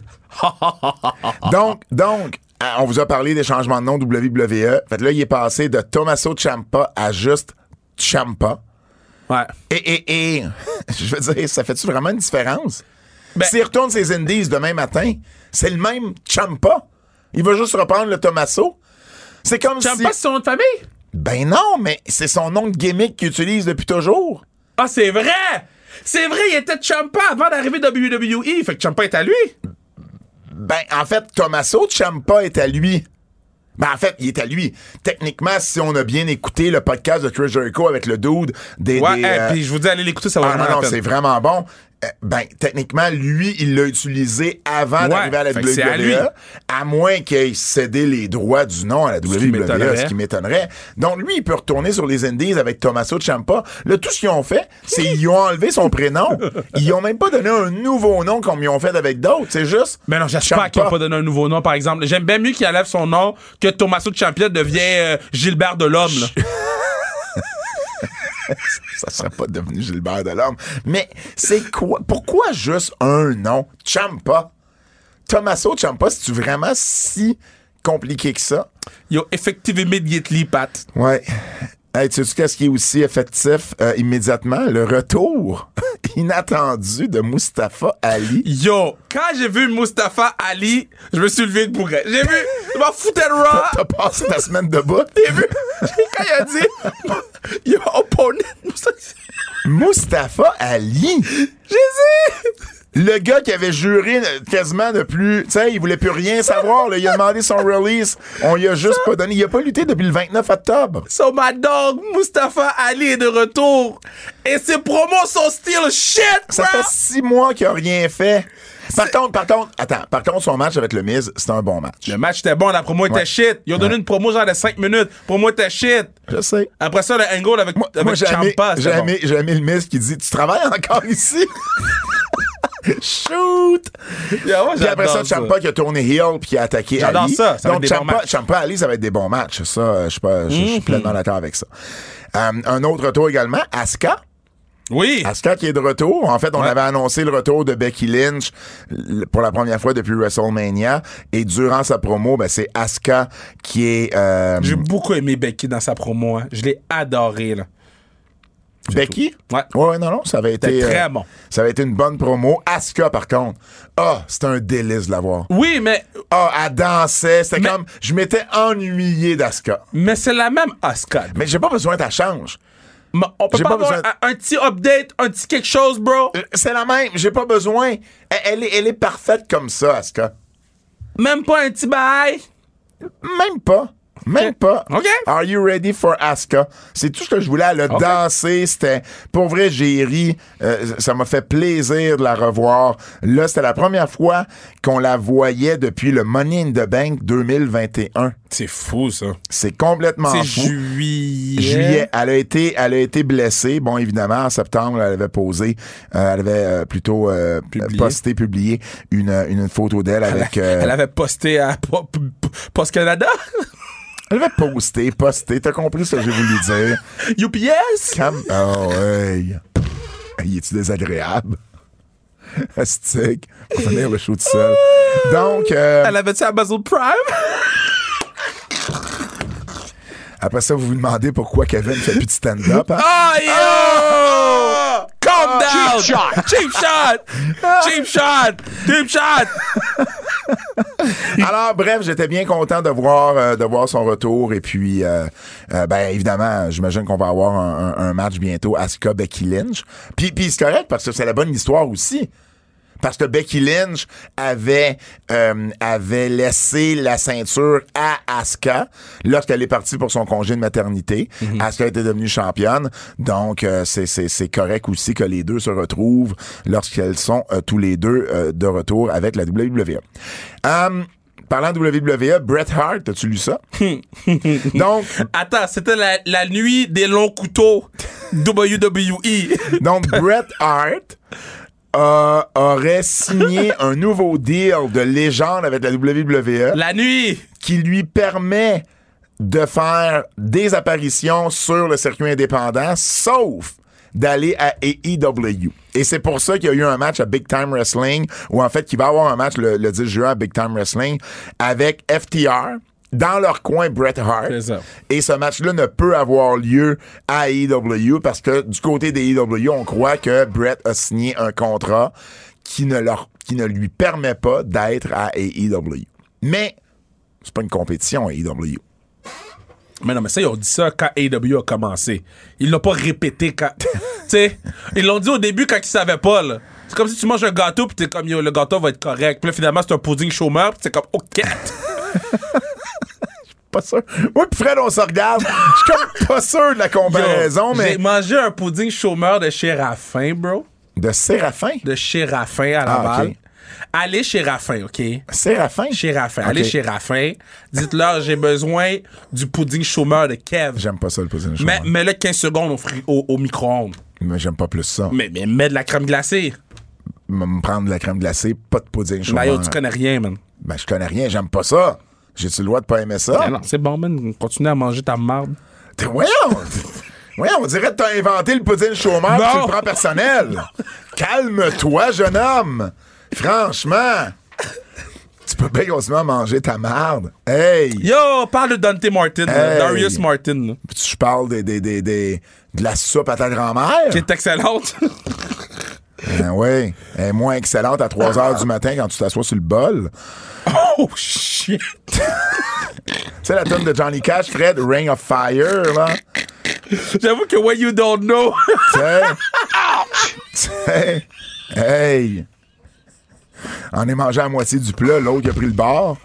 S3: Ah.
S2: Donc, donc, euh, on vous a parlé des changements de nom WWE. Fait que là, il est passé de Tommaso Ciampa à juste Ciampa.
S3: Ouais.
S2: Et, et, et, je veux dire, ça fait-tu vraiment une différence?
S3: Ben-
S2: S'il retourne ses indies demain matin, c'est le même Ciampa. Il va juste reprendre le Tommaso. C'est comme
S3: J'aime
S2: si...
S3: pas son nom de famille?
S2: Ben non, mais c'est son nom de gimmick qu'il utilise depuis toujours.
S3: Ah, c'est vrai! C'est vrai, il était Champa avant d'arriver WWE. Fait que Champa est à lui.
S2: Ben, en fait, Tommaso Ciampa est à lui. Ben, en fait, il est à lui. Techniquement, si on a bien écouté le podcast de Chris Jericho avec le dude des...
S3: Ouais,
S2: des,
S3: et
S2: euh,
S3: puis je vous dis, allez l'écouter, ça va
S2: ah non,
S3: vraiment
S2: non,
S3: la
S2: c'est
S3: peine.
S2: vraiment bon. Euh, Ben, techniquement, lui, il l'a utilisé avant
S3: Ouais,
S2: d'arriver à la
S3: fait que c'est à lui.
S2: WWE, à, moins qu'il ait cédé les droits du nom à la WWE,
S3: m'étonnerait.
S2: ce qui m'étonnerait. Donc, lui, il peut retourner sur les Indies avec Tommaso Ciampa. Là, tout ce qu'ils ont fait, c'est qu'ils ont enlevé son prénom. Ils ont même pas donné un nouveau nom comme ils ont fait avec d'autres. C'est juste...
S3: Mais non, j'espère qu'ils n'ont
S2: Ciampa.
S3: pas donné un nouveau nom, par exemple. J'aime bien mieux qu'il enlève son nom que Tommaso Champion devient euh, Gilbert de l'Homme. là.
S2: ça serait pas devenu Gilbert Delorme. Mais c'est quoi? Pourquoi juste un nom? Champa. Tommaso Champa, c'est-tu vraiment si compliqué que ça?
S3: Yo, effective immediately, Pat.
S2: Ouais. Hey, tu sais qu'est-ce qui est aussi effectif euh, immédiatement? Le retour inattendu de Mustapha Ali.
S3: Yo, quand j'ai vu Mustafa Ali, je me suis levé de bourré. J'ai vu, je m'en foutais de Raw.
S2: T'as passé ta semaine debout?
S3: J'ai vu, quand il a dit, yo, opponent, Mustafa-
S2: Mustapha Ali!
S3: J'ai dit,
S2: Le gars qui avait juré euh, quasiment de plus. Tu sais, il voulait plus rien savoir. là. Il a demandé son release. On lui a juste pas donné. Il a pas lutté depuis le 29 octobre.
S3: So my dog, Mustafa Ali est de retour. Et ses promos sont still shit,
S2: Ça
S3: bro.
S2: fait six mois qu'il a rien fait. Par contre, par contre, attends, par contre, son match avec le Miz, c'est un bon match.
S3: Le match était bon, la promo était
S2: Ouais.
S3: shit. Ils ont donné une promo genre de 5 minutes. Promo était shit.
S2: Je sais.
S3: Après ça, le angle avec,
S2: Moi,
S3: avec
S2: moi, j'ai aimé,
S3: Ciampa,
S2: j'ai
S3: c'était bon.
S2: aimé- j'ai aimé le Miz qui dit Tu travailles encore ici Shoot
S3: Yeah, moi,
S2: Puis après ça,
S3: j'adore
S2: Champa qui a tourné heel puis qui a attaqué
S3: J'adore
S2: Ali.
S3: ça, ça va
S2: Donc,
S3: être des bons
S2: Ciampa-
S3: matchs. Mhm.
S2: Ciampa Ali, ça va être des bons matchs. Ça, euh, je suis pas- je je suis pleinement d'accord avec ça. Euh, un autre retour également, Asuka.
S3: Oui.
S2: Asuka qui est de retour. En fait, on
S3: Ouais.
S2: avait annoncé le retour de Becky Lynch l- pour la première fois depuis WrestleMania. Et durant sa promo, ben, c'est Asuka qui est... euh,
S3: J'ai beaucoup aimé Becky dans sa promo. hein. Je l'ai adoré. Là.
S2: Becky?
S3: Ouais.
S2: Ouais, ouais, non, non, ça avait été. euh,
S3: C'était très bon.
S2: Ça avait été une bonne promo. Asuka, par contre. Ah, c'était un délice de la voir.
S3: Oui, mais,
S2: Ah, elle dansait. C'était
S3: Mais-
S2: comme. Je m'étais ennuyé d'Asuka.
S3: mais c'est la même Asuka.
S2: Mais j'ai pas besoin que ça change.
S3: Mais On peut
S2: J'ai
S3: pas,
S2: pas
S3: avoir
S2: besoin-
S3: un, un petit update, un petit quelque chose, bro.
S2: Euh, C'est la même. J'ai pas besoin. Elle, elle est, elle est parfaite comme ça, Asuka.
S3: Même pas un petit bail.
S2: Même pas. Même
S3: Ok.
S2: pas.
S3: Ok.
S2: Are you ready for Asuka? C'est tout ce que je voulais. Elle a dansé. C'était. Pour vrai, j'ai ri. Euh, ça m'a fait plaisir de la revoir. Là, c'était la première fois qu'on la voyait depuis le Money in the Bank 2021.
S3: C'est fou, ça.
S2: C'est complètement
S3: C'est
S2: Ah, fou.
S3: juillet.
S2: Juillet, elle a été, elle a été blessée. Bon, évidemment, en septembre, elle avait posé, euh, elle avait euh, plutôt euh,
S3: Publié.
S2: posté, publié une, une photo d'elle avec. euh,
S3: Elle avait posté à Po- P- P- Post Canada.
S2: elle avait posté, posté. T'as compris ce que j'ai voulu dire?
S3: UPS.
S2: Cam- Oh, hey. Il est-tu désagréable? Astique. Pour finir le show tout seul. Donc, euh,
S3: Elle avait-tu à Basel Prime?
S2: après ça, vous vous demandez pourquoi Kevin fait plus de stand-up. hein?
S3: Oh, yo! Calm down!
S1: Ah, Cheap shot. Ah.
S3: Cheap shot! Cheap shot! Cheap shot!
S2: Alors, bref, j'étais bien content de voir, euh, de voir son retour. Et puis, euh, euh, ben, évidemment, j'imagine qu'on va avoir un, un- un match bientôt Asuka Becky Lynch. Puis, puis c'est correct parce que c'est la bonne histoire aussi. Parce que Becky Lynch avait, euh, avait laissé la ceinture à Asuka lorsqu'elle est partie pour son congé de maternité. Asuka était devenue championne. Donc, euh, c'est- c'est c'est correct aussi que les deux se retrouvent lorsqu'elles sont euh, tous les deux euh, de retour avec la WWE. Hum, parlant de WWE, Bret Hart, as-tu lu ça? donc,
S3: Attends, c'était la, la nuit des longs couteaux. E. WWE.
S2: donc Bret Hart euh, aurait signé un nouveau deal de légende avec la E. WWE.
S3: la nuit!
S2: qui lui permet de faire des apparitions sur le circuit indépendant, sauf d'aller à AEW. Et c'est pour ça qu'il y a eu un match à Big Time Wrestling, ou en fait, qu'il va y avoir un match le, le 10 juin à Big Time Wrestling avec FTR dans leur coin Bret Hart.
S3: C'est ça.
S2: Et ce match-là ne peut avoir lieu à AEW parce que du côté des AEW, on croit que Bret a signé un contrat qui ne, leur, qui ne lui permet pas d'être à AEW. Mais c'est pas une compétition E à AEW.
S3: Mais non, mais ça, ils ont dit ça quand AW a commencé. Ils l'ont pas répété quand. tu sais, ils l'ont dit au début quand ils savaient pas, là. C'est comme si tu manges un gâteau, puis t'es comme, yo, le gâteau va être correct. Puis là, finalement, c'est un pudding chômeur, puis t'es comme, ok.
S2: Pas sûr. Moi pis Fred, on se regarde. Je suis comme pas sûr de la
S3: Yo,
S2: comparaison, mais
S3: J'ai mangé un pudding chômeur de chez Raffin, bro.
S2: de Séraphin.
S3: De chez Raffin à
S2: Ah,
S3: Laval.
S2: ok.
S3: Allez chez Raffin, OK?
S2: Séraphin.
S3: Chez Raffin.
S2: Ok.
S3: Allez chez Raffin. Dites-leur, j'ai besoin du pudding chômeur de Kev.
S2: J'aime pas ça le poser
S3: Mais, mais là, 15 secondes au, fri- au, au micro-ondes.
S2: mais j'aime pas plus ça.
S3: Mais, mais mets de la crème glacée.
S2: Me me prendre de la crème glacée, pas de pudding
S3: Mais yo,
S2: chômeur.
S3: tu connais rien, man.
S2: Ben, je connais rien, j'aime pas ça. J'ai-tu le droit de pas aimer ça?
S3: Ah non, c'est bon, man. Continue à manger ta marde.
S2: T'es- Voyons! Voyons, on dirait que t'as inventé le pudding chômeur pis tu
S3: Non.
S2: le prends personnel. Calme-toi, jeune homme. Franchement. Tu peux bien continuer à manger ta marde. Hey!
S3: Yo, parle de Dante Martin, là,
S2: Hey.
S3: Darius Martin, là,
S2: Puis tu parles des, des, des, des- de la soupe à ta grand-mère?
S3: qui est excellente.
S2: Ben oui. Elle est moins excellente à 3 heures du matin quand tu t'assois sur le bol.
S3: oh, shit.
S2: Tu sais, la tonne de Johnny Cash, Fred, Ring of Fire, là.
S3: J'avoue que what you don't know.
S2: Tu sais. Tu sais. Hey. en ai mangé à moitié du plat, l'autre il a pris le bord.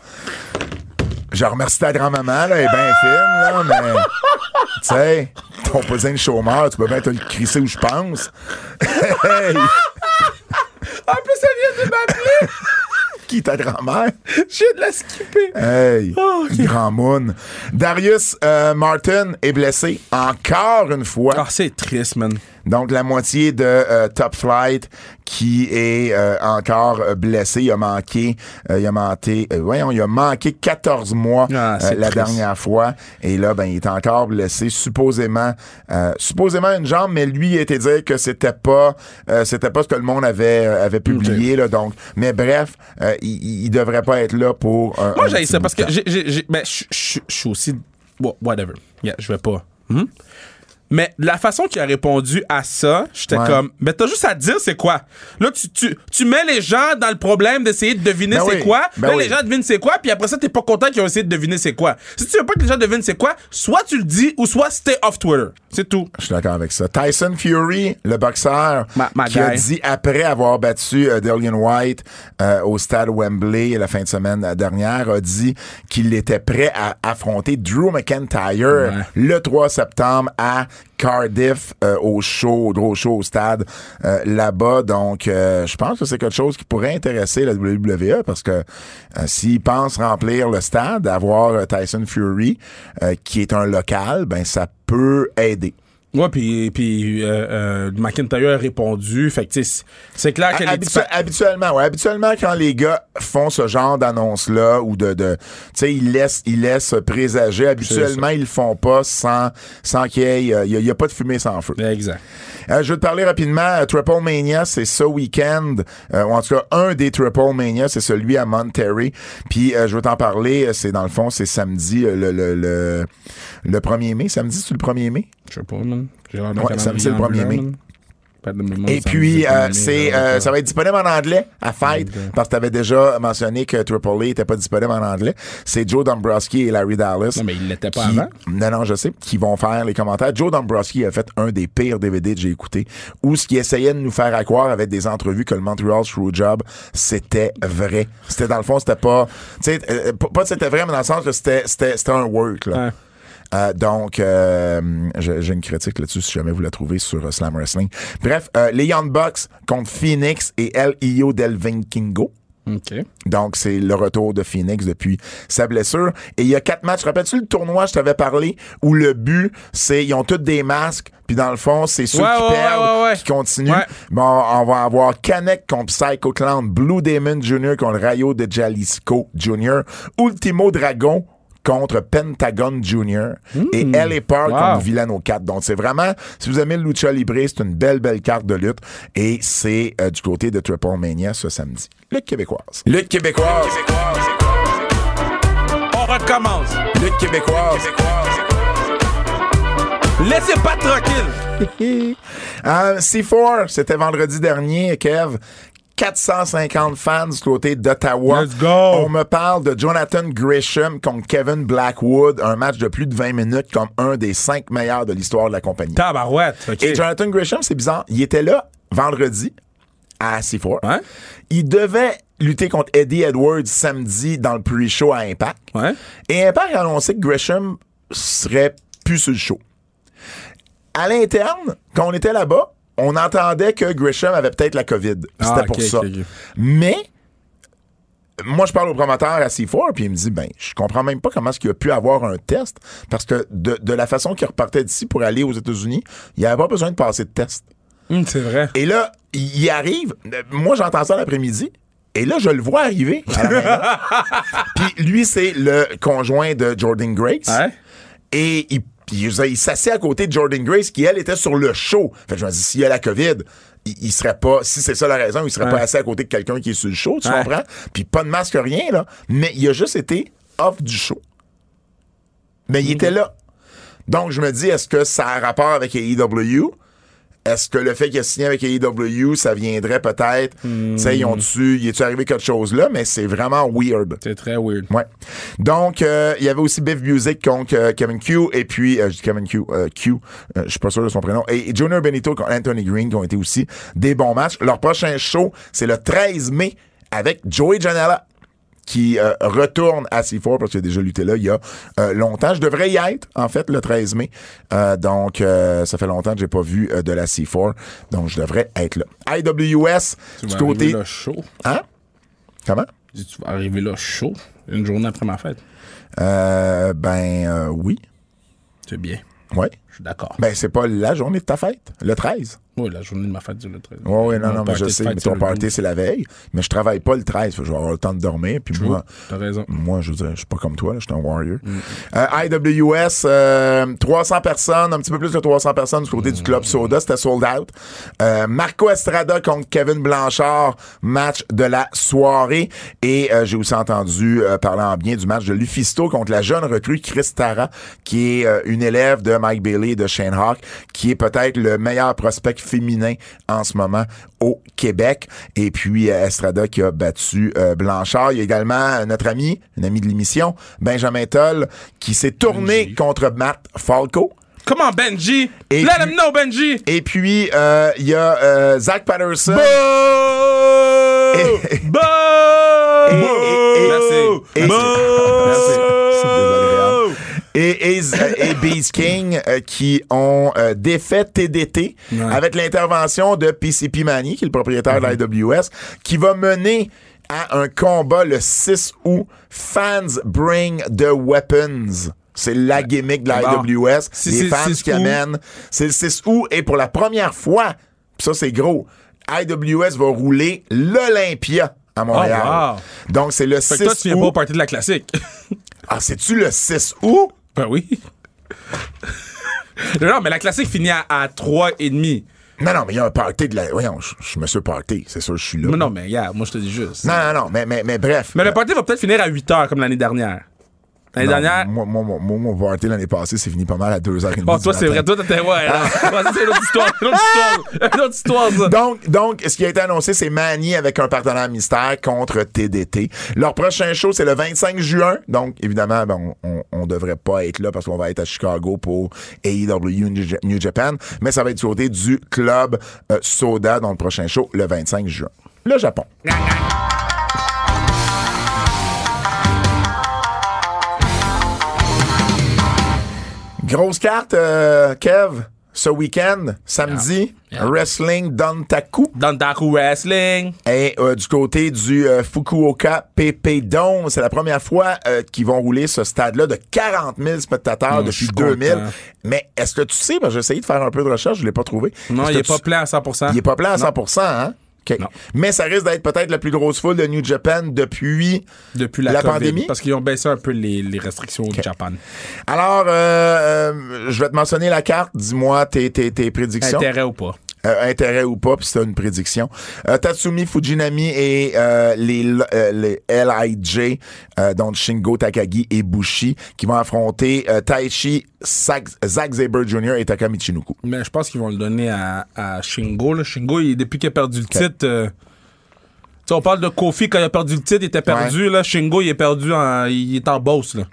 S2: Je remercie ta grand-maman, là, elle est bien fine, là, mais. Tu sais, ton cousin de chômeur, tu peux bien te le crisser où je pense. Hey,
S3: En plus, elle vient de m'appeler.
S2: qui ta grand-mère?
S3: J'ai de la skipper.
S2: Hey,
S3: Ah, ok.
S2: grand moon. Darius euh, Martin est blessé encore une fois.
S3: Ah, c'est triste, man.
S2: Donc, la moitié de euh, Top Flight qui est euh, encore euh, blessé. Il a manqué, euh, il a manqué, euh, voyons, il a manqué 14 mois
S3: Ah,
S2: euh,
S3: c'est
S2: la
S3: triste.
S2: dernière fois. Et là, ben, il est encore blessé, supposément, euh, supposément une jambe, mais lui, il a été dire que c'était pas, euh, c'était pas ce que le monde avait, euh, avait publié, là. Donc, mais bref, euh, il- il, il devrait pas être là pour. euh, un-
S3: Moi,
S2: un
S3: j'ai
S2: petit
S3: ça
S2: bout
S3: parce
S2: de
S3: que
S2: temps.
S3: j'ai- j'ai- j'ai- ben, je je- je suis aussi. Wha- Whatever. Yeah, je vais pas. Hmm? Mais la façon qu'il a répondu à ça, j'étais
S2: Ouais.
S3: comme, mais t'as juste à te dire c'est quoi. Là, tu, tu, tu mets les gens dans le problème d'essayer de deviner
S2: Ben
S3: c'est
S2: oui,
S3: quoi.
S2: ben
S3: là,
S2: oui.
S3: les gens devinent c'est quoi, puis après ça, t'es pas content qu'ils ont essayé de deviner c'est quoi. Si tu veux pas que les gens devinent c'est quoi, soit tu le dis ou soit stay off Twitter. C'est tout.
S2: Je suis d'accord avec ça. Tyson Fury, le boxeur,
S3: Ma- ma
S2: qui a
S3: guy.
S2: dit après avoir battu euh, Dillian White euh, au stade Wembley la fin de semaine dernière, a dit qu'il était prêt à affronter Drew McIntyre le 3 septembre à Cardiff euh, au show, au gros show au stade euh, là-bas. Donc, euh, je pense que c'est quelque chose qui pourrait intéresser la WWE parce que euh, s'ils pensent remplir le stade, avoir euh, Tyson Fury, euh, qui est un local, ben ça peut aider.
S3: Ouais, puis, puis euh, euh, McIntyre a répondu. Fait que, tu sais, c'est- c'est clair que les
S2: Habitu- habituellement, ouais. Habituellement, quand les gars font ce genre d'annonce-là ou de, de tu sais, ils laissent, ils laissent présager. Habituellement, ils le font pas sans, sans qu'il y ait, euh, il y a- il y a pas de fumée sans feu.
S3: Exact.
S2: Euh, je veux te parler rapidement. euh, Triple Mania, c'est ce week-end. Euh, ou en tout cas, un des Triple Mania, c'est celui à Monterrey. Puis euh, je veux t'en parler. euh, C'est dans le fond, c'est samedi, euh, le, le, le, le 1er mai. Samedi, c'est le 1er mai?
S3: Je sais pas, man. J'ai l'air d'un
S2: Ouais,
S3: calendrier
S2: samedi, le
S3: en
S2: 1er
S3: blanc,
S2: mai.
S3: man. Pas de mémoire,
S2: Et
S3: samedi,
S2: puis,
S3: le
S2: euh,
S3: 1er
S2: c'est,
S3: mai,
S2: euh,
S3: ouais.
S2: ça va être disponible en anglais à Fight, parce que tu avais déjà mentionné que Triple A n'était pas disponible en anglais. C'est Joe Dombrowski et Larry Dallas.
S3: Non, mais il l'était pas
S2: qui-
S3: avant.
S2: Non, non, je sais, qui vont faire les commentaires. Joe Dombrowski a fait un des pires DVD que j'ai écouté, où ce qui essayait de nous faire à croire avec des entrevues que le Montreal Screwjob, c'était vrai. C'était dans le fond, c'était pas, tu sais, euh, pas pas que c'était vrai, mais dans le sens que c'était, c'était, c'était un work, là.
S3: Ouais.
S2: Euh, donc, euh, j'ai j'ai une critique là-dessus si jamais vous la trouvez sur euh, Slam Wrestling. Bref, euh, les Young Bucks contre Phoenix et L.I.O. Del Vinkingo.
S3: OK.
S2: Donc, c'est le retour de Phoenix depuis sa blessure. Et il y a quatre matchs. Rappelles-tu le tournoi, je t'avais parlé, où le but, c'est, ils ont tous des masques, puis dans le fond, c'est ceux
S3: Ouais,
S2: qui
S3: ouais,
S2: perdent,
S3: ouais, ouais, ouais.
S2: qui continuent.
S3: Ouais.
S2: Bon, on va avoir Kanek contre Psycho Clown, Blue Demon Jr. contre Rayo de Jalisco Jr., Ultimo Dragon contre Pentagon Jr.
S3: Hmm.
S2: et LA Park
S3: Wow.
S2: contre Villano 4. Donc, c'est vraiment, si vous aimez le Lucha Libre, c'est une belle, belle carte de lutte. Et c'est euh, du côté de Triple Mania ce samedi. Lutte québécoise. Lutte québécoise.
S3: On recommence.
S2: Lutte québécoise.
S3: Laissez pas tranquille.
S2: Euh, C4, c'était vendredi dernier, Kev. 450 fans du côté d'Ottawa.
S3: Let's go!
S2: On me parle de Jonathan Grisham contre Kevin Blackwood, un match de plus de 20 minutes comme un des cinq meilleurs de l'histoire de la compagnie.
S3: Tabarouette. OK.
S2: Et Jonathan Grisham, c'est bizarre, il était là vendredi à C4.
S3: Ouais.
S2: Il devait lutter contre Eddie Edwards samedi dans le pre-show à Impact.
S3: Ouais.
S2: Et Impact a annoncé que Gresham serait plus sur le show. À l'interne, quand on était là-bas, on entendait que Gresham avait peut-être la COVID. C'était
S3: Ah, ok,
S2: pour
S3: ok,
S2: ça.
S3: ok.
S2: Mais moi, je parle au promoteur à C4, puis il me dit, ben, je comprends même pas comment est-ce qu'il a pu avoir un test, parce que de, de la façon qu'il repartait d'ici pour aller aux États-Unis, il n'y avait pas besoin de passer de test.
S3: Hum, c'est vrai.
S2: Et là, il y arrive. Euh, Moi, j'entends ça l'après-midi. Et là, je le vois arriver. à la maison. Puis lui, c'est le conjoint de Jordan Grace.
S3: Ouais.
S2: Et il, il- il s'assied à côté de Jordan Grace, qui, elle, était sur le show. Fait que je me dis, s'il y a la COVID, il, il serait pas, si c'est ça la raison, il serait
S3: Ouais.
S2: pas assis à côté de quelqu'un qui est sur le show, tu
S3: Ouais.
S2: comprends? Puis pas de masque, rien, là. Mais il a juste été off du show. Mais
S3: Mhm.
S2: il était là. Donc, je me dis, est-ce que ça a rapport avec AEW? Est-ce que le fait qu'il a signé avec AEW, ça viendrait peut-être?
S3: Mhm.
S2: Tu sais, ils ont-tu, il est-tu arrivé quelque chose là? Mais c'est vraiment weird.
S3: C'est très weird.
S2: Ouais. Donc, euh, il y avait aussi Biff Music contre euh, Kevin Q et puis, euh, je dis Kevin Q, euh, Q, euh, je suis pas sûr de son prénom, et, et Junior Benito contre Anthony Green qui ont été aussi des bons matchs. Leur prochain show, c'est le 13 mai avec Joey Janela qui euh, retourne à C4 parce qu'il a déjà lutté là il y a euh, longtemps. Je devrais y être, en fait, le 13 mai. Euh, donc, euh, ça fait longtemps que j'ai pas vu euh, de la C4. Donc, je devrais être là. IWS,
S3: Tu
S2: du
S3: vas arriver
S2: côté...
S3: là chaud.
S2: Hein? Comment?
S3: Je dis, Tu vas arriver là chaud, une journée après ma fête.
S2: Euh, ben, euh, oui.
S3: C'est bien.
S2: Ouais.
S3: Je suis d'accord.
S2: Ben, c'est pas la journée de ta fête, le 13.
S3: Oui, la journée de ma fête, c'est le 13.
S2: Ouais, ouais, non,
S3: Mon
S2: non, mais
S3: party
S2: je
S3: de
S2: sais,
S3: fête,
S2: mais
S3: c'est
S2: ton
S3: le
S2: party,
S3: 12.
S2: c'est la veille. Mais je travaille pas le 13, fait que je vais avoir le temps de dormir. Puis
S3: Oui,
S2: moi,
S3: T'as raison.
S2: Moi, je veux dire, je suis pas comme toi, là, je suis un warrior.
S3: Mm.
S2: Euh, IWS, euh, 300 personnes, un petit peu plus de 300 personnes du côté du club
S3: Mm.
S2: Soda, c'était sold out. Euh, Marco Estrada contre Kevin Blanchard, match de la soirée. Et euh, j'ai aussi entendu euh, parler en bien du match de Lufisto contre la jeune recrue Chris Tara, qui est euh, une élève de Mike Bailey et de Shane Hawk, qui est peut-être le meilleur prospect féminin en ce moment au Québec. Et puis euh, Estrada qui a battu euh, Blanchard. Il y a également euh, notre ami, un ami de l'émission, Benjamin Toll, qui s'est tourné contre Matt Falco.
S3: Come on, Benji!
S2: Et
S3: Let
S2: puis-
S3: him know, Benji!
S2: Et puis euh, il y a euh, Zach Patterson. Et-
S3: Bo!
S2: Eh, et-
S3: Merci.
S2: et-
S3: Merci.
S2: C'est désagréable. Et, et, et Beast King euh, qui ont euh, défait TDT
S3: Ouais. Mm-hmm.
S2: avec l'intervention de PCP Mani, qui est le propriétaire de l'IWS, qui va mener à un combat le 6 août. Fans bring the weapons. C'est la gimmick de
S3: Bon.
S2: l'IWS.
S3: Si c'est
S2: les
S3: le
S2: fans
S3: 6
S2: qui
S3: août.
S2: amènent. C'est le 6 août et pour la première fois, pis ça c'est gros, IWS va rouler l'Olympia à Montréal.
S3: Ah, wow.
S2: Donc c'est le 6
S3: Fait que toi, tu viens
S2: août.
S3: pas au party de la classique.
S2: Ah, c'est-tu le 6 août?
S3: ben oui. non, non, mais la classique finit à, à 3,5.
S2: Non, non, mais il y a un party de la. Voyons, je je me suis party, c'est sûr, je suis là.
S3: Mais non, mais regarde, moi, je te dis juste.
S2: non, non, non, mais, mais, mais bref.
S3: Mais le party va peut-être finir à 8 heures comme l'année dernière. L'année
S2: Non,
S3: dernière.
S2: Moi, moi, moi, moi, mon party l'année passée, c'est fini pas mal à 2h30.
S3: Oh, toi, c'est vrai. Toi, t'étais. Ouais, là. Ouais, ça, c'est une autre histoire. Une autre histoire. Une autre histoire, ça.
S2: Donc, donc, ce qui a été annoncé, c'est Mani avec un partenaire mystère contre TDT. Leur prochain show, c'est le 25 juin. Donc, évidemment, ben, on- on, on devrait pas être là parce qu'on va être à Chicago pour AEW New Ja- New Japan. Mais ça va être du côté du club euh, Soda dans le prochain show, le 25 juin. Le Japon. Grosse carte, euh, Kev, ce week-end, samedi, Wrestling Dantaku.
S3: Dans le Dark Wrestling.
S2: Et euh, du côté du euh, Fukuoka PP Dome, c'est la première fois euh, qu'ils vont rouler ce stade-là de 40 000 spectateurs
S3: je
S2: depuis
S3: suis
S2: 2000.
S3: content.
S2: Mais est-ce que tu sais, parce que j'ai essayé de faire un peu de recherche, je ne l'ai pas trouvé.
S3: Non,
S2: Est-ce
S3: il
S2: que
S3: est pas
S2: tu-
S3: plein à 100%.
S2: il est pas plein à 100 hein? OK.
S3: Non.
S2: Mais ça risque d'être peut-être la plus grosse foule de New Japan depuis
S3: Depuis la,
S2: La
S3: COVID,
S2: pandémie?
S3: Parce qu'ils ont baissé un peu les, les restrictions au Japon.
S2: Alors, euh, euh, je vais te mentionner la carte. Dis-moi tes, tes, tes prédictions.
S3: Intérêt ou pas?
S2: Euh, intérêt ou pas, puis c'est une prédiction. Euh, Tatsumi Fujinami et euh, les, L- euh, les LIJ, euh, donc Shingo Takagi et Bushi, qui vont affronter euh, Taichi, Zack Zack Sabre Jr. et Takamichi Nuku.
S3: Mais je pense qu'ils vont le donner à, à Shingo. Là. Shingo, il- depuis qu'il a perdu le titre. euh, tu sais, on parle de Kofi quand il a perdu le titre, il était perdu. Là. Shingo, il est perdu en, il est en boss. Là.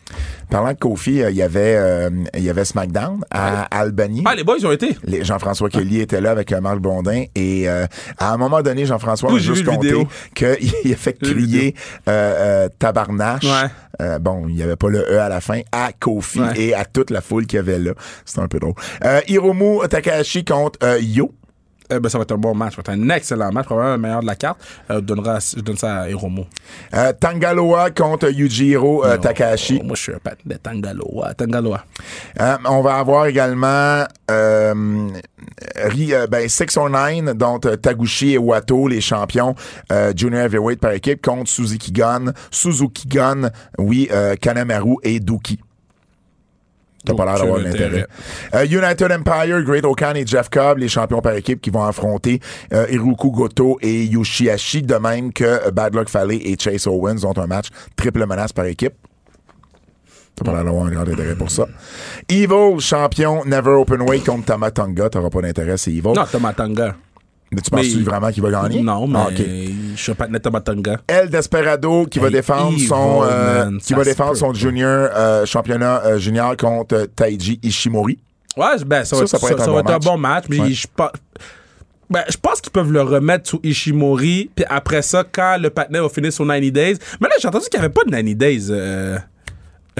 S2: Parlant de Kofi, euh, il y avait euh, il y avait SmackDown à Albany.
S3: Ah, les boys, ils ont été.
S2: Les- Jean-François Kelly était là avec euh, Marc Bondin et euh, à un moment donné, Jean-François
S3: Oui,
S2: a
S3: j'ai
S2: juste
S3: vu le
S2: compté
S3: vidéo.
S2: qu'il a fait
S3: J'ai vu le
S2: crier euh, euh, tabarnache.
S3: Ouais.
S2: Euh, bon, il n'y avait pas le E à la fin, à Kofi
S3: Ouais.
S2: et à toute la foule qu'il y avait là. C'était un peu drôle. Euh, Hiromu Takahashi contre euh, Yo.
S3: Eh ben, ça va être un bon match. Ça va être un excellent match. Probablement le meilleur de la carte. Euh, je, donnerai à- je donne ça à Hiromo.
S2: Euh, Tangaloa contre Yujiro euh, Takahashi.
S3: Oh, moi, je suis un pat de Tangaloa. Tangaloa.
S2: Euh, on va avoir également euh, Ri- euh, ben, 609, donc euh, Taguchi et Wato, les champions euh, junior heavyweight par équipe, contre Suzuki Gun, Suzuki Gun, oui, euh, Kanemaru et Duki. T'as pas l'air d'avoir de
S3: Aucun
S2: l'intérêt. Euh, United Empire, Great Okan et Jeff Cobb, les champions par équipe qui vont affronter euh, Hiroku Goto et Yoshihashi, de même que euh, Bad Luck Fale et Chase Owens ont un match triple menace par équipe. T'as pas l'air d'avoir un grand intérêt pour ça. Evil, champion Never Open Way contre Tamatanga. T'auras pas d'intérêt, c'est Evil.
S3: Non, Tomatanga.
S2: mais tu penses
S3: mais-
S2: vraiment qu'il va gagner?
S3: Non, mais
S2: Ah, ok.
S3: je suis un pat de Tomatanga.
S2: El Desperado qui va
S3: Hey,
S2: défendre
S3: Evil,
S2: son euh,
S3: man,
S2: qui
S3: ça
S2: va
S3: se
S2: défendre
S3: peut
S2: son
S3: pas.
S2: junior euh, championnat euh, junior contre euh, Taiji Ishimori.
S3: Ouais, ben, ça,
S2: Ça,
S3: va
S2: ça
S3: être,
S2: pourrait
S3: ça-
S2: être un
S3: ça
S2: bon
S3: va être un
S2: match.
S3: bon match. Mais
S2: Ouais.
S3: je pense. Ben, je pense qu'ils peuvent le remettre sous Ishimori. Puis après ça, quand le patinet va finir son 90 Days. Mais là, j'ai entendu qu'il n'y avait pas de 90 Days. euh,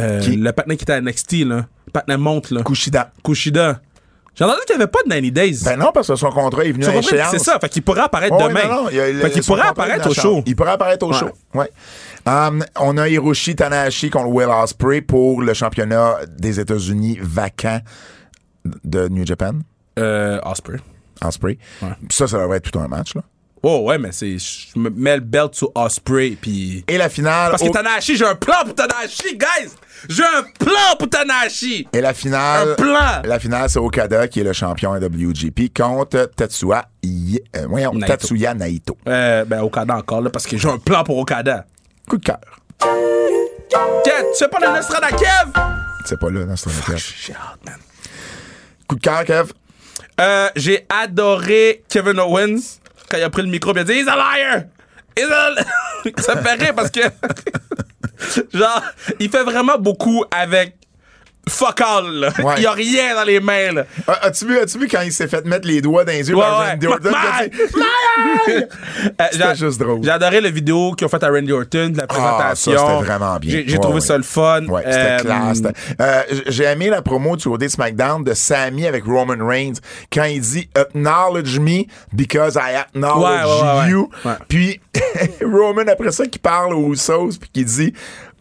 S3: euh,
S2: Qui?
S3: Le patinet qui était à NXT, là. Le patinet monte, là.
S2: Kushida.
S3: Kushida. J'ai entendu qu'il n'y avait pas de 90 Days.
S2: Ben non, parce que son contrat est venu
S3: Tu
S2: à
S3: comprends?
S2: échéance.
S3: c'est ça. Fait qu'il pourrait apparaître
S2: Ah Ouais,
S3: demain.
S2: non, non, il y a le-
S3: fait qu'il
S2: son
S3: pourrait
S2: contrat est
S3: apparaître
S2: dans
S3: au
S2: la chambre.
S3: show.
S2: Il pourrait apparaître au
S3: Ouais.
S2: show. Ouais. Hum, on a Hiroshi Tanahashi contre Will Ospreay pour le championnat des États-Unis vacant de New Japan.
S3: Euh, Osprey.
S2: Ospreay. Ça, ça devrait être tout un match. Là.
S3: Oh, ouais, mais c'est. Je me mets le belt sur Osprey. Puis.
S2: Et la finale.
S3: Parce
S2: au-
S3: que Tanahashi, j'ai un plan pour Tanahashi, guys! J'ai un plan pour Tanahashi!
S2: Et la finale.
S3: Un plan.
S2: La finale, c'est Okada qui est le champion WGP contre Tetsuya, I- euh, voyons,
S3: Naito.
S2: Tatsuya Naito.
S3: Euh, ben, Okada encore, là, parce que j'ai un plan pour Okada.
S2: Coup de cœur.
S3: Tiens, tu sais pas le Nostradakev?
S2: C'est pas là, dans ce moment-là.
S3: J'ai hâte, man.
S2: Coup de cœur, Kev.
S3: Euh, j'ai adoré Kevin Owens quand il a pris le micro et il a dit He's a liar! He's a li- Ça me fait rire parce que. genre, il fait vraiment beaucoup avec. Fuck all, là.
S2: Ouais.
S3: Il y a rien dans les mains, là.
S2: Ah, As-tu vu, as-tu vu quand il s'est fait mettre les doigts dans les yeux
S3: Ouais,
S2: par
S3: ouais.
S2: Randy Orton?
S3: Ma-
S2: Il a dit,
S3: Euh, j'a-
S2: juste drôle. Ah,
S3: J'ai adoré la vidéo qu'ils ont faite à Randy Orton, de la présentation.
S2: ça, c'était vraiment bien.
S3: J'ai j'ai
S2: Ouais,
S3: trouvé
S2: ouais.
S3: ça le fun.
S2: Ouais, c'était
S3: Euh,
S2: classe. c'était- Euh, j- J'ai aimé la promo du côté de SmackDown de Sammy avec Roman Reigns quand il dit Acknowledge me because I acknowledge
S3: Ouais, ouais, ouais,
S2: you.
S3: ouais.
S2: Puis Roman, après ça, qui parle aux Usos puis qui dit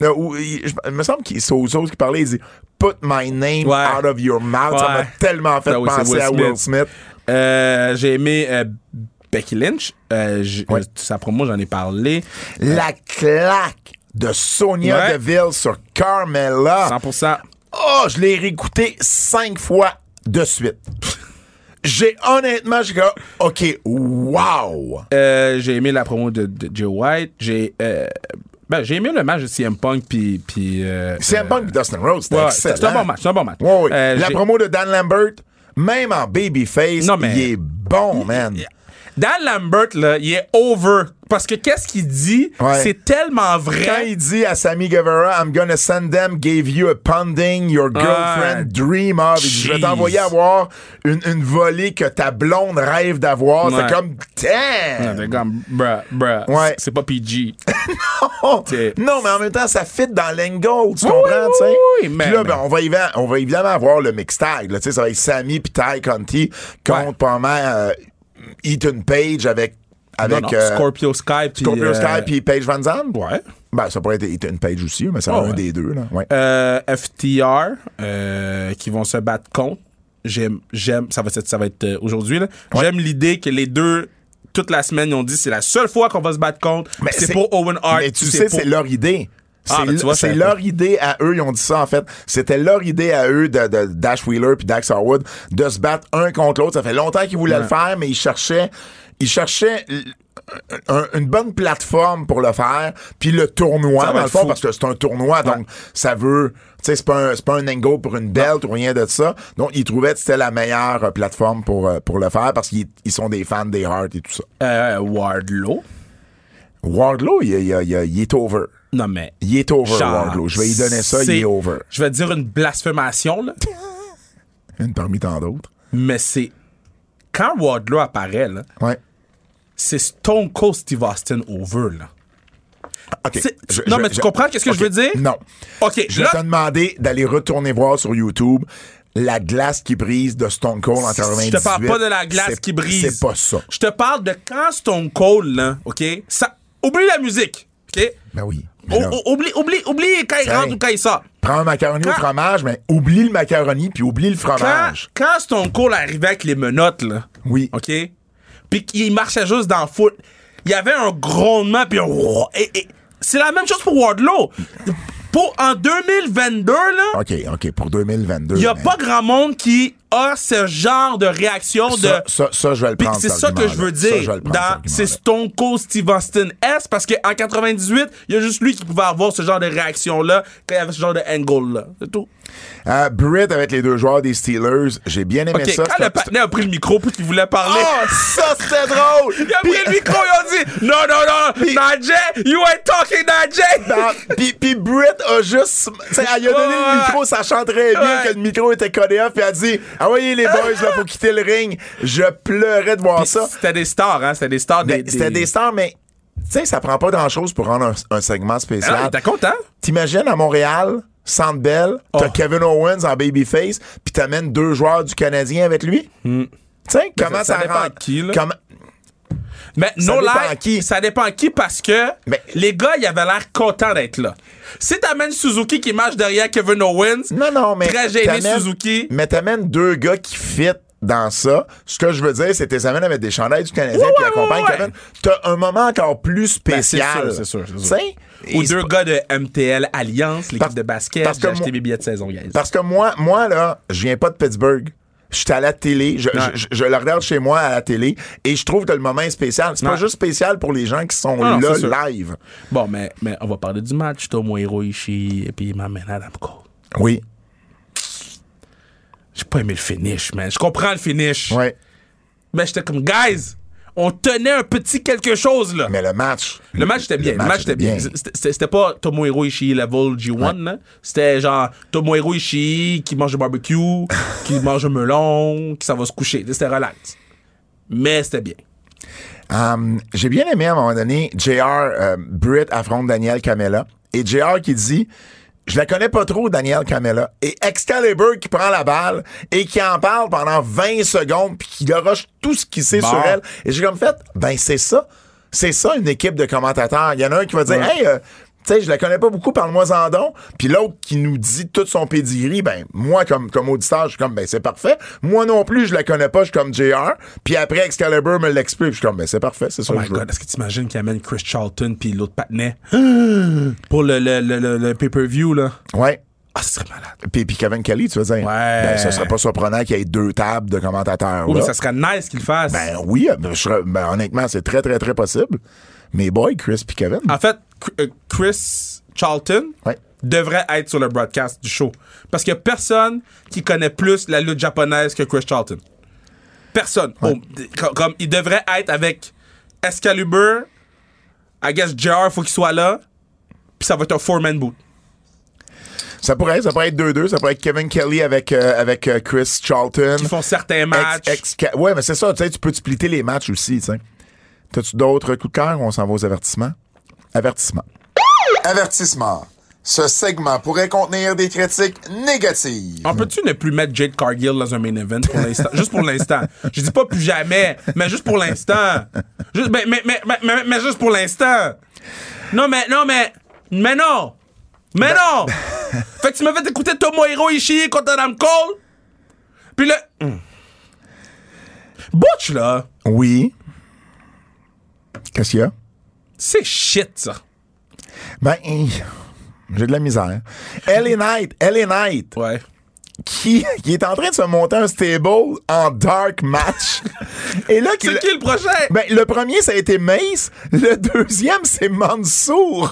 S2: euh, ou- il je- il me semble que c'est aux Usos qui parlait, il dit Put my name
S3: Ouais.
S2: out of your mouth. Ça m'a
S3: Ouais.
S2: tellement fait
S3: Ah oui, c'est
S2: penser
S3: Will
S2: à
S3: Smith.
S2: Will Smith.
S3: Euh, j'ai aimé euh, Becky Lynch. Euh, j'ai-
S2: Ouais.
S3: euh, sa promo, j'en ai parlé.
S2: La claque de Sonia
S3: Ouais.
S2: Deville sur Carmella.
S3: 100%.
S2: Oh, je l'ai réécouté cinq fois de suite. J'ai honnêtement, j'ai comme, OK, wow!
S3: Euh, j'ai aimé la promo de, de Joe White. J'ai euh, ben, j'ai aimé le match de CM Punk. Puis. puis euh,
S2: CM Punk et Dustin Rhodes, c'était
S3: ouais,
S2: excellent.
S3: c'est un bon match, c'est un bon match.
S2: Ouais, ouais.
S3: Euh,
S2: La
S3: j'ai-
S2: promo de Dan Lambert, même en babyface,
S3: Non, mais-
S2: il est bon, man.
S3: Dan Lambert, là, il est over. Parce que qu'est-ce qu'il dit?
S2: Ouais.
S3: C'est tellement
S2: Quand
S3: vrai.
S2: il dit à Sammy Guevara, I'm gonna send them, gave you a pounding, your girlfriend dream of, il dit, je vais
S3: Jeez.
S2: t'envoyer avoir une, une volée que ta blonde rêve d'avoir.
S3: Ouais.
S2: C'est comme, damn!
S3: T'es comme, bruh, bruh,
S2: Ouais.
S3: c'est- c'est pas PG.
S2: Oh,
S3: C'est-
S2: non, mais en même temps, ça fit dans l'angle, tu
S3: Oui,
S2: comprends,
S3: oui,
S2: tu sais?
S3: oui, oui, mais-
S2: Puis là, ben, on va, évi- on va évidemment avoir le mix tag, là, tu sais, ça va être Sammy puis Ty Conti contre,
S3: Ouais.
S2: probablement, euh, Ethan Page avec,
S3: Non,
S2: avec
S3: non,
S2: euh,
S3: Scorpio Sky. puis,
S2: Scorpio
S3: euh,
S2: Sky puis Page Van Zandt.
S3: Ouais.
S2: Ben, ça pourrait être Ethan Page aussi, mais c'est
S3: Oh,
S2: un
S3: ouais.
S2: des deux, là. Ouais.
S3: Euh, FTR euh, qui vont se battre contre. J'aime, j'aime, ça va être, ça va être euh, aujourd'hui. là. J'aime l'idée que les deux, toute la semaine, ils ont dit c'est la seule fois qu'on va se battre contre.
S2: Mais
S3: c'est pour Owen Hart.
S2: Mais tu
S3: puis
S2: sais,
S3: pour-
S2: c'est leur idée. C'est
S3: Ah, ben, tu vois, je
S2: c'est
S3: savais
S2: leur
S3: pas.
S2: idée à eux, ils ont dit ça en fait. C'était leur idée à eux de, de Dash Wheeler puis Dax Harwood de se battre un contre l'autre. Ça fait longtemps qu'ils voulaient le faire, mais ils cherchaient, ils cherchaient l- un- une bonne plateforme pour le faire, puis le tournoi
S3: Ça va
S2: dans le
S3: être
S2: fond
S3: fou.
S2: parce que c'est un tournoi, donc ça veut, tu sais, c'est pas un, c'est pas un angle pour une belt ou rien de ça. Donc ils trouvaient que c'était la meilleure euh, plateforme pour euh, pour le faire parce qu'ils ils sont des fans des Hearts et tout ça.
S3: Euh, Wardlow.
S2: Wardlow, il- il- il- il est over.
S3: Non, mais.
S2: Il est over,
S3: Genre,
S2: Wardlow. Je vais lui donner ça, il
S3: c'est-
S2: est over.
S3: Je vais dire une blasphémation, là,
S2: Une parmi tant d'autres.
S3: mais c'est. Quand Wardlow apparaît, là,
S2: Ouais.
S3: c'est Stone Cold Steve Austin over. Là.
S2: OK.
S3: C'est-
S2: Je-
S3: non,
S2: je-
S3: mais tu
S2: je-
S3: comprends qu'est-ce que
S2: OK.
S3: je veux dire?
S2: Non.
S3: Ok,
S2: Je
S3: là,
S2: t'ai demandé d'aller retourner voir sur YouTube la glace qui brise de Stone Cold en 98.
S3: Je te parle pas de la glace
S2: C'est-
S3: qui brise.
S2: C'est pas ça.
S3: Je te parle de quand Stone Cold, là, OK? Ça, oublie la musique, OK?
S2: Ben oui. Mais là,
S3: O- o- oublie, oublie, oublie quand il
S2: Tiens.
S3: rentre ou quand il sort.
S2: Prends un macaroni au
S3: oh. Quand-
S2: fromage, mais oublie le macaroni puis oublie le
S3: Quand,
S2: fromage.
S3: quand Stone Cold arrivait avec les menottes, là,
S2: Oui.
S3: OK? Puis qu'il marchait juste dans le foot, il y avait un grondement, puis un... wouah, et- et- C'est la même chose pour Wardlow. Pour, en 2022, là,
S2: OK, OK, pour 2022.
S3: il y a
S2: mais
S3: pas grand monde qui a ce genre de réaction de...
S2: ça, ça, ça, je vais le
S3: Puis
S2: prendre.
S3: c'est
S2: cet
S3: ça que je
S2: argument-là.
S3: veux
S2: Ça, je
S3: dire.
S2: vais le prendre,
S3: dans-
S2: cet
S3: C'est Stone Cold Steve Austin S parce qu'en 98, il y a juste lui qui pouvait avoir ce genre de réaction-là quand il y avait ce genre de angle-là. C'est tout.
S2: Euh, Britt avec les deux joueurs des Steelers, j'ai bien aimé
S3: Ok,
S2: ça.
S3: quand le
S2: C'était-
S3: patinet a pris le micro pour qu'il voulait parler,
S2: Ah, ça c'était drôle!
S3: il a pris le micro et on dit Non, non, non, Najee, you ain't talking Najee!
S2: Non, pis, pis Britt a juste. t'sais, Elle a donné
S3: Ouais.
S2: le micro, sachant très bien
S3: Ouais.
S2: que le micro était collé off, pis elle a dit Envoyez les boys, là, faut quitter le ring. Je pleurais de voir ça.
S3: C'était des stars, hein? C'était des stars des.
S2: Ben, C'était des stars, mais. Tu sais, ça prend pas grand-chose pour rendre un, un segment spécial.
S3: Ah, T'es content?
S2: T'imagines à Montréal, Centre Bell, t'as
S3: Oh.
S2: Kevin Owens en babyface, puis t'amènes deux joueurs du Canadien avec lui. Tu sais, comment
S3: ça-
S2: ça,
S3: Hmm. ça dépend
S2: rend-
S3: de qui, là.
S2: comment-
S3: Mais
S2: Ça
S3: no
S2: dépend
S3: lie,
S2: à qui.
S3: ça dépend à qui parce que
S2: Mais-
S3: les gars, ils avaient l'air contents d'être là. Si t'amènes Suzuki qui marche derrière Kevin Owens,
S2: Non, non, mais.
S3: Très gêné,
S2: t'amènes-
S3: Suzuki.
S2: Mais t'amènes deux gars qui fit dans ça. Ce que je veux dire, c'est que t'es amènes avec des chandails du Canadien
S3: Ouais,
S2: qui
S3: ouais,
S2: accompagnent
S3: ouais, ouais.
S2: Kevin. T'as un moment encore plus spécial.
S3: Ben, c'est sûr, c'est sûr, c'est sûr.
S2: Tu sais?
S3: ou
S2: Et
S3: deux
S2: c'est-
S3: gars de MTL Alliance, l'équipe
S2: Parce-
S3: de basket,
S2: parce que
S3: j'ai acheté
S2: moi-
S3: mes billets de saison, guys.
S2: Parce que moi, moi là, je viens pas de Pittsburgh. J'étais à la télé, je,
S3: Ouais.
S2: je- je le regarde chez moi à la télé et je trouve que le moment est spécial. C'est pas
S3: Ouais.
S2: juste spécial pour les gens qui sont
S3: Non, non, c'est sûr.
S2: là live.
S3: Bon, mais, mais on va parler du match. Tomo Hiroishi et puis Maman Adam Cole.
S2: Oui.
S3: J'ai pas aimé le finish, man. Je comprends le finish.
S2: Ouais.
S3: Mais j'étais comme, guys, on tenait un petit quelque chose, là.
S2: Mais le match.
S3: Le match était bien. Le match était bien. C'était- C'était c'était pas Tomohiro Ishii level G1. là. C'était genre Tomohiro Ishii qui mange un barbecue, qui mange un melon, qui s'en va se coucher. C'était relax. Mais c'était bien.
S2: Um, J'ai bien aimé à un moment donné, JR euh, Britt affronte Daniel Camella. Et JR qui dit Je la connais pas trop, Daniel Camella. Et Excalibur qui prend la balle et qui en parle pendant 20 secondes puis qui garoche tout ce qu'il sait
S3: Bon.
S2: sur elle. Et j'ai comme fait Ben, c'est ça. C'est ça une équipe de commentateurs. Il y en a un qui va dire
S3: Ouais.
S2: Hey, euh, tu sais, je la connais pas beaucoup, parle-moi en don. Puis l'autre qui nous dit tout son pedigree, ben, moi, comme, comme auditeur, je suis comme, ben, c'est parfait. Moi non plus, je la connais pas, je suis comme JR. Puis après, Excalibur me l'explique, puis je suis comme, ben, c'est parfait, c'est ça
S3: Oh
S2: que
S3: my
S2: je veux.
S3: god, est-ce que t'imagines qu'ils amènent Chris Charlton puis l'autre patinet pour le, le, le, le, le pay-per-view, là?
S2: Ouais.
S3: Ah, ce serait malade.
S2: Puis, puis Kevin Kelly, tu veux dire? Ben, ce serait pas surprenant qu'il y ait deux tables de commentateurs.
S3: Oh,
S2: là.
S3: mais ça serait nice qu'ils le fassent.
S2: Ben oui, ben, je serais- ben, honnêtement, c'est très, très, très possible. Mais boy, Chris puis Kevin.
S3: En fait, Cr- euh, Chris Charlton
S2: Ouais.
S3: devrait être sur le broadcast du show. Parce qu'il y a personne qui connaît plus la lutte japonaise que Chris Charlton. Personne. Oh, d- com- comme, il devrait être avec Excalibur, I guess JR, faut qu'il soit là, puis ça va être un four-man boot.
S2: Ça pourrait, ça pourrait être 2-2, ça pourrait être Kevin Kelly avec, euh, avec euh, Chris Charlton.
S3: Ils font certains matchs.
S2: Ex- ex- ouais, mais c'est ça, tu sais, tu peux te splitter les matchs aussi, tu sais. T'as-tu d'autres coups de cœur ou on s'en va aux avertissements? Avertissement. Avertissement. Ce segment pourrait contenir des critiques négatives.
S3: On peut-tu ne plus mettre Jade Cargill dans un main event pour l'instant? juste pour l'instant. Je dis pas plus jamais, mais juste pour l'instant. Juste, ben, mais, mais, mais, mais- mais juste pour l'instant. Non, mais, non, mais, mais non. Mais non. fait que tu me fait écouter Tomohiro Ishii contre Adam Cole. Puis le... Hmm. Butch, là,
S2: Oui. Qu'est-ce qu'il y a?
S3: c'est shit, ça.
S2: Ben, hi, j'ai de la misère. LA Knight, LA Knight,
S3: Ouais.
S2: qui, qui est en train de se monter un stable en dark match. Et là,
S3: C'est qui le prochain?
S2: Ben, le premier, ça a été Mace. Le deuxième, c'est Mansour.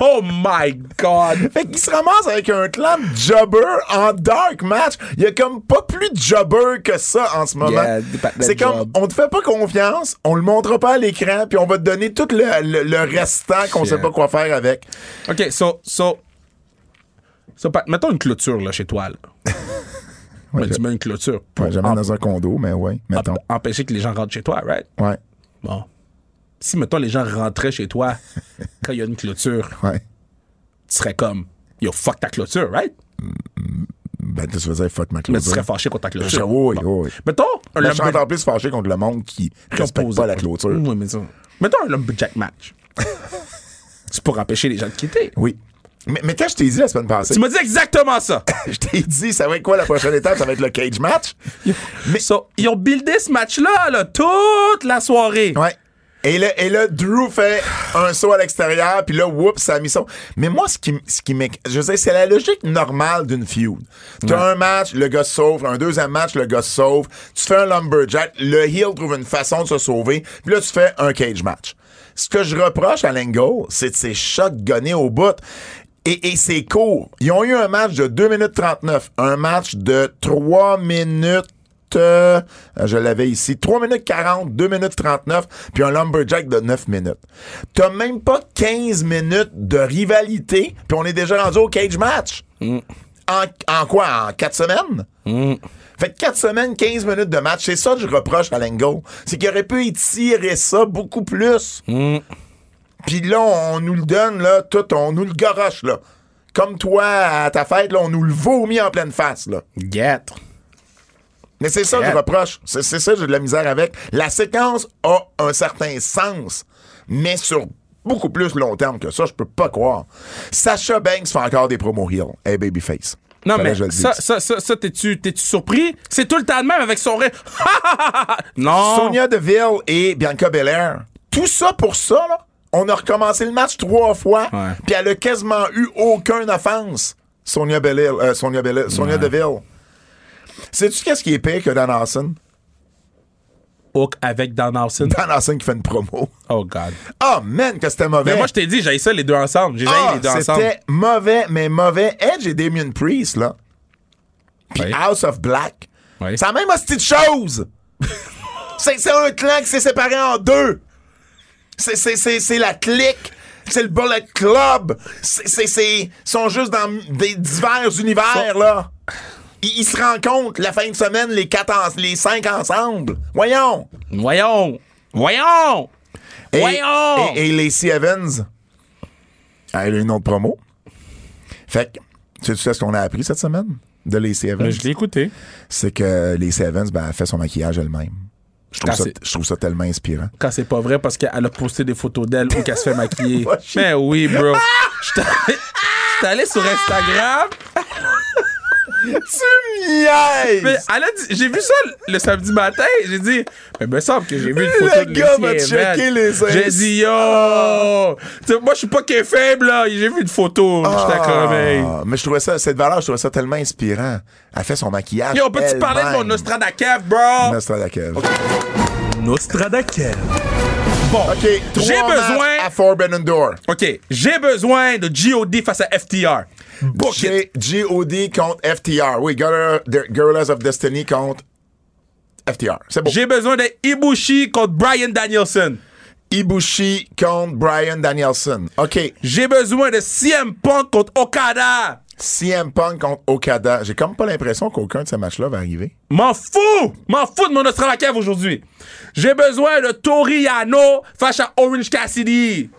S3: Oh my God.
S2: Fait qu'il se ramasse avec un clan de jobber en dark match. Il y a comme pas plus de jobber que ça en ce moment.
S3: Yeah, des patinets
S2: c'est
S3: de
S2: comme,
S3: job.
S2: on te fait pas confiance, on le montre pas à l'écran, puis on va te donner tout le, le- le restant qu'on
S3: Shit.
S2: sait pas quoi faire avec.
S3: OK, so, so, so, Pat, mettons une clôture, là, chez toi, là. Mais tu mets une clôture pour
S2: Ouais, jamais
S3: em-
S2: dans un condo, mais ouais, mettons.
S3: emp- empêcher que les gens rentrent chez toi, right?
S2: Ouais,
S3: Bon. Si, mettons, les gens rentraient chez toi quand il y a une clôture,
S2: ouais.
S3: tu serais comme, yo, fuck ta clôture, right?
S2: Ben, tu veux dire, fuck ma
S3: Mais tu
S2: clôture.
S3: serais fâché contre ta
S2: Je-
S3: clôture.
S2: oui,
S3: Bon.
S2: oui.
S3: Mettons, un
S2: Moi, je suis
S3: lumberjack-
S2: encore plus fâché contre le monde qui respecte
S3: opposé.
S2: pas la clôture.
S3: Oui, mais ça. Mettons un lumberjack match. c'est pour empêcher les gens de quitter.
S2: Oui. Mais, mais quand je t'ai dit la semaine passée,
S3: Tu m'as dit exactement ça.
S2: je t'ai dit, ça va être quoi la prochaine étape? Ça va être le cage match?
S3: Mais... ils ont buildé ce match-là, là, toute la soirée.
S2: Ouais. Et là, et là, Drew fait un saut à l'extérieur, puis là, whoops, ça a mis son. Mais moi, ce qui, m- ce qui m'éc- Je sais, c'est la logique normale d'une feud. T'as un match, le gars se sauve. Un deuxième match, le gars se sauve. Tu fais un lumberjack, le heel trouve une façon de se sauver. Puis là, tu fais un cage match. Ce que je reproche à Lengo, c'est de ses shotgunnés au bout. Et, et c'est court. Ils ont eu un match de 2 minutes 39, un match de 3 minutes. euh, je l'avais ici. 3 minutes 40, 2 minutes 39, puis un lumberjack de 9 minutes. T'as même pas 15 minutes de rivalité, puis on est déjà rendu au cage match. En, en quoi? En 4 semaines? Fait que 4 semaines, 15 minutes de match, c'est ça que je reproche à Lengo. C'est qu'il aurait pu étirer ça beaucoup plus. Puis là, on nous le donne, là, tout, on nous le garoche, là. Comme toi, à ta fête, là, on nous le vomit en pleine face, là.
S3: Guêtre.
S2: Mais c'est ça que je
S3: Crap.
S2: reproche. C'est c'est ça que j'ai de la misère avec. La séquence a un certain sens, mais sur beaucoup plus long terme que ça, je peux pas croire. Sacha Banks fait encore des promos heel. Hey, babyface.
S3: Non,
S2: Fallait
S3: mais
S2: que je le
S3: ça,
S2: dise.
S3: ça, ça, ça, t'es-tu, t'es-tu surpris? C'est tout le temps de même avec son rire. non!
S2: Sonia Deville et Bianca Belair. Tout ça pour ça, là. On a recommencé le match trois fois,
S3: Ouais.
S2: puis elle a quasiment eu aucune offense. Sonia Belair, euh, Sonia Belair- Sonia Deville. Sais-tu qu'est-ce qui est pire que Dan Hansen?
S3: Hook avec Dan Nelson.
S2: Dan Hansen qui fait une promo.
S3: Oh, God.
S2: Ah, man, que c'était mauvais.
S3: Mais Ben, moi, je t'ai dit, j'ai ça les deux ensemble. J'ai
S2: Ah,
S3: les deux ensemble.
S2: c'était mauvais, mais mauvais. Edge et Damien Priest, là. Puis
S3: Ouais.
S2: House of Black.
S3: Ouais.
S2: C'est la même hostie de chose. c'est c'est un clan qui s'est séparé en deux. C'est- C'est c'est- c'est la clique. C'est le Bullet Club. C'est- c'est- c'est- Ils sont juste dans des divers univers, là. Ils, ils se rencontrent la fin de semaine, les, quatre en- les cinq ensemble. Voyons.
S3: Voyons! Voyons!
S2: Et,
S3: Voyons!
S2: Et, et Lacey Evans, elle a une autre promo. Fait que, tu sais ce qu'on a appris cette semaine de Lacey Evans?
S3: je l'ai écouté.
S2: C'est que Lacey Evans, ben, elle fait son maquillage elle-même. Je trouve,
S3: Ah,
S2: ça,
S3: c'est-
S2: je trouve ça tellement inspirant.
S3: Quand c'est pas vrai, parce qu'elle a posté des photos d'elle ou qu'elle se fait maquiller.
S2: Va chier.
S3: Mais oui, bro.
S2: Ah!
S3: Je suis allé sur Instagram. Mais
S2: Yes!
S3: Euh, elle a dit, j'ai vu ça le samedi matin. J'ai dit, mais me semble que j'ai vu une
S2: Le
S3: photo de
S2: gars
S3: Lacey
S2: va
S3: Evans.
S2: checker les Ah. ins-
S3: J'ai dit, yo! Tu sais, moi, je suis pas qu'un faible, là. J'ai vu une photo.
S2: Ah.
S3: J'étais comme, hey.
S2: mais je trouvais ça, cette valeur, je trouvais ça tellement inspirant. Elle fait son maquillage.
S3: Yo, peux-tu parler de mon Nostradakev, bro?
S2: Nostradakev.
S3: Nostradakev. Bon.
S2: OK, trois
S3: J'ai
S2: matchs
S3: besoin-
S2: à Forbidden Door.
S3: OK, j'ai besoin de G.O.D. face à FTR. Book it.
S2: G- G.O.D. contre FTR. Oui, Guerrilla- Guerrillas of Destiny contre FTR. C'est bon.
S3: J'ai besoin de Ibushi contre Brian Danielson.
S2: Ibushi contre Brian Danielson. OK.
S3: J'ai besoin de CM Punk contre Okada.
S2: CM Punk contre Okada. J'ai comme pas l'impression qu'aucun de ces matchs-là va arriver.
S3: M'en fous! M'en fous de mon Nostradakev aujourd'hui. J'ai besoin de Toriano face à Orange Cassidy.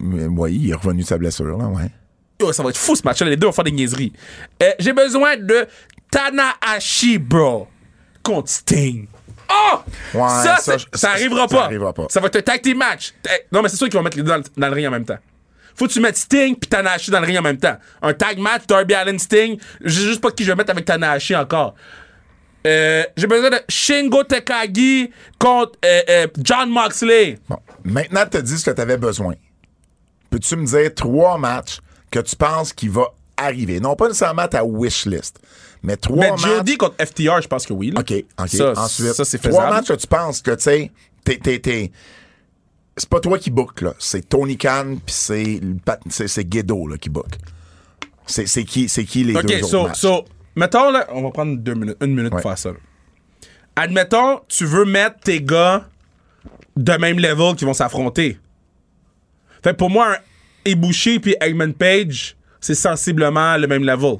S2: Mais oui, il est revenu de sa blessure, là, ouais.
S3: Yo, ça va être fou ce match-là. Les deux vont faire des niaiseries. Euh, j'ai besoin de Tanahashi, bro, contre Sting. Oh!
S2: Ouais,
S3: ça,
S2: ça,
S3: ça,
S2: je-
S3: ça arrivera
S2: ça
S3: pas.
S2: arrivera pas.
S3: Ça va être un tag team match. Eh, Non, mais c'est sûr qu'ils vont mettre les deux dans le, dans le ring en même temps. Faut que tu mettes Sting puis Tanahashi dans le ring en même temps. Un tag match, Darby Allen Sting. Je sais juste pas qui je vais mettre avec Tanahashi encore. Euh, j'ai besoin de Shingo Takagi contre euh, euh, John Moxley.
S2: Bon. Maintenant, tu te dis ce que tu avais besoin. Peux-tu me dire trois matchs que tu penses qui va arriver? Non pas nécessairement ta wish list, mais trois
S3: Mais
S2: matchs.
S3: Jody contre FTR, je pense que oui. là.
S2: OK, OK.
S3: Ça,
S2: Ensuite,
S3: ça c'est
S2: trois
S3: faisable.
S2: matchs que tu penses que, tu sais, t'es- t'es- t'es- c'est pas toi qui book, là. C'est Tony Khan, puis c'est le pat- c'est c'est Guido, là, qui book. C'est c'est qui, c'est qui les
S3: OK,
S2: deux autres
S3: so,
S2: matchs?
S3: so, mettons, là, on va prendre deux minutes, une minute
S2: Ouais.
S3: pour faire ça. là. Admettons, tu veux mettre tes gars de même level qui vont s'affronter. Fait que pour moi, un Ibushi puis Eggman Page, c'est sensiblement le même level.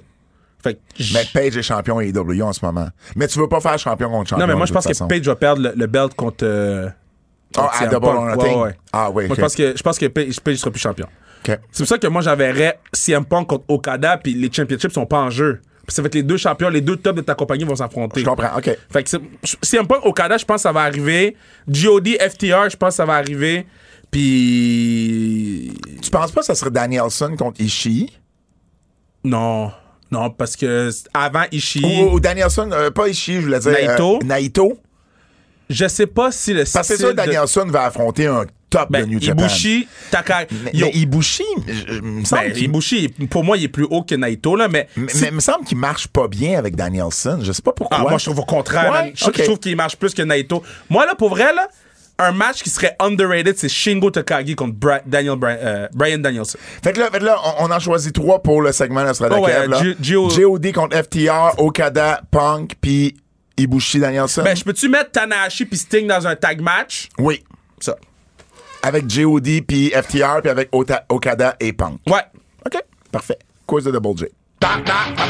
S3: Fait que j-
S2: Mais Page est champion AEW en ce moment. Mais tu veux pas faire champion contre champion.
S3: non, mais moi,
S2: de
S3: je pense
S2: toute
S3: que
S2: façon.
S3: Page va perdre le, le belt contre. euh,
S2: Ah,
S3: contre
S2: à
S3: CM
S2: Double
S3: Punk.
S2: or
S3: Ouais,
S2: Nothing?
S3: ouais.
S2: Ah, oui.
S3: Moi,
S2: ok.
S3: je pense que, je pense que Page, Page sera plus champion.
S2: Ok.
S3: C'est pour ça que moi, j'enverrais CM Punk contre Okada, puis les championships sont pas en jeu. Puis ça fait que les deux champions, les deux tops de ta compagnie vont s'affronter.
S2: Je comprends, OK.
S3: Fait que c'est- CM Punk Okada, je pense que ça va arriver. G.O.D. FTR, je pense que ça va arriver. Puis.
S2: Tu penses pas que ça serait Danielson contre Ishii?
S3: Non. Non, parce que c'est- avant Ishii,
S2: Ou, ou Danielson, euh, pas Ishii, je voulais dire. euh,
S3: Naito.
S2: Naito.
S3: je sais pas si le
S2: Parce que c'est
S3: style
S2: sûr,
S3: de-
S2: Danielson va affronter un top
S3: Ben,
S2: de New Japan.
S3: Ibushi, Takai.
S2: Mais,
S3: Yo,
S2: mais Ibushi, je- je- il me semble
S3: ben,
S2: qu'il- Mm.
S3: Ibushi, pour moi, il est plus haut que Naito, là, mais.
S2: mais-
S3: si-
S2: mais il me semble qu'il marche pas bien avec Danielson. Je sais pas pourquoi.
S3: Ah, moi, Ah, je trouve au contraire.
S2: Ouais?
S3: man. Je, je
S2: Ok.
S3: trouve qu'il marche plus que Naito. Moi, là, pour vrai, là, un match qui serait underrated, c'est Shingo Takagi contre Bra- Daniel Bra- euh, Brian Danielson.
S2: Fait que là, fait que là, on, on en choisit trois pour le segment Nostradamus.
S3: Oh ouais,
S2: Cave, là.
S3: euh, G- G.O.
S2: G.O.D. contre FTR, Okada, Punk, puis Ibushi Danielson.
S3: Ben, je peux-tu mettre Tanahashi puis Sting dans un tag match?
S2: oui.
S3: Ça.
S2: Avec G.O.D. puis FTR, puis avec Ota- Okada et Punk.
S3: Ouais.
S2: OK. Parfait. Cause de Double J. Ta, ta, ta,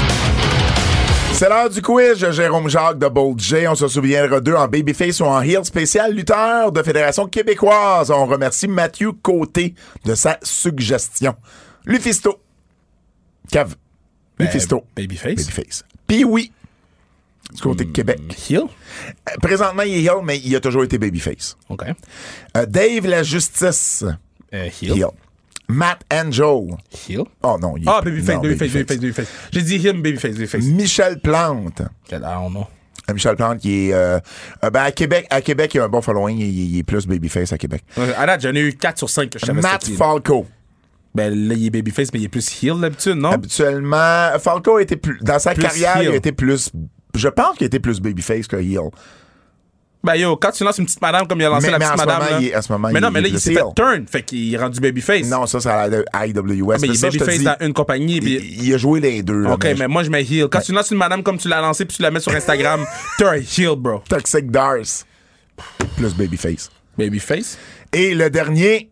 S2: ta. C'est l'heure du quiz de Jérôme Jacques de Bold J. On se souviendra d'eux en babyface ou en heel spécial lutteur de Fédération québécoise. On remercie Mathieu Côté de sa suggestion. Lufisto. Cave.
S3: Ben,
S2: Lufisto.
S3: Babyface.
S2: Babyface. Puis oui. Du côté de Québec.
S3: Heel.
S2: Euh, Présentement, il est heel, mais il a toujours été babyface.
S3: OK.
S2: Euh, Dave la justice.
S3: Euh,
S2: Heel. oh, Matt Angel.
S3: Heel.
S2: Oh non, il est-
S3: Ah, Babyface,
S2: non, Mm.
S3: Babyface, Babyface, Babyface. J'ai dit him, Babyface, Babyface.
S2: Michel Plante.
S3: Ah, non.
S2: Euh, Michel Plante qui est euh, euh, ben, à Québec, à Québec, il y a un bon following, il, il- il est plus babyface à Québec.
S3: Euh, À date, j'en ai eu 4 sur 5 que je savais
S2: Matt
S3: c'était qui.
S2: Falco.
S3: Ben là, il est Babyface, mais il est plus heel d'habitude, non?
S2: Habituellement, Falco était plus dans sa
S3: Plus
S2: carrière, il
S3: heel.
S2: a été plus je pense qu'il était plus babyface que heel.
S3: Ben yo, quand tu lances une petite madame comme il a lancé
S2: Mais-
S3: la
S2: mais
S3: petite
S2: en ce
S3: madame.
S2: moment,
S3: là.
S2: il est- en ce moment,
S3: mais
S2: il
S3: non,
S2: est
S3: mais là, il
S2: plus
S3: s'est
S2: heel.
S3: fait turn. Fait qu'il est rendu Babyface.
S2: Non, ça c'est à la IWS.
S3: Ah, mais
S2: Mais
S3: il est
S2: ça, je te
S3: Babyface
S2: dis,
S3: dans une compagnie. puis-
S2: il, Ben- il a joué les deux. là,
S3: Ok, mais moi, je mets heel. Quand tu lances une madame comme tu l'as lancée puis tu la mets sur Instagram, t'es un heel, bro.
S2: Toxic Dars plus babyface.
S3: Babyface?
S2: Et le dernier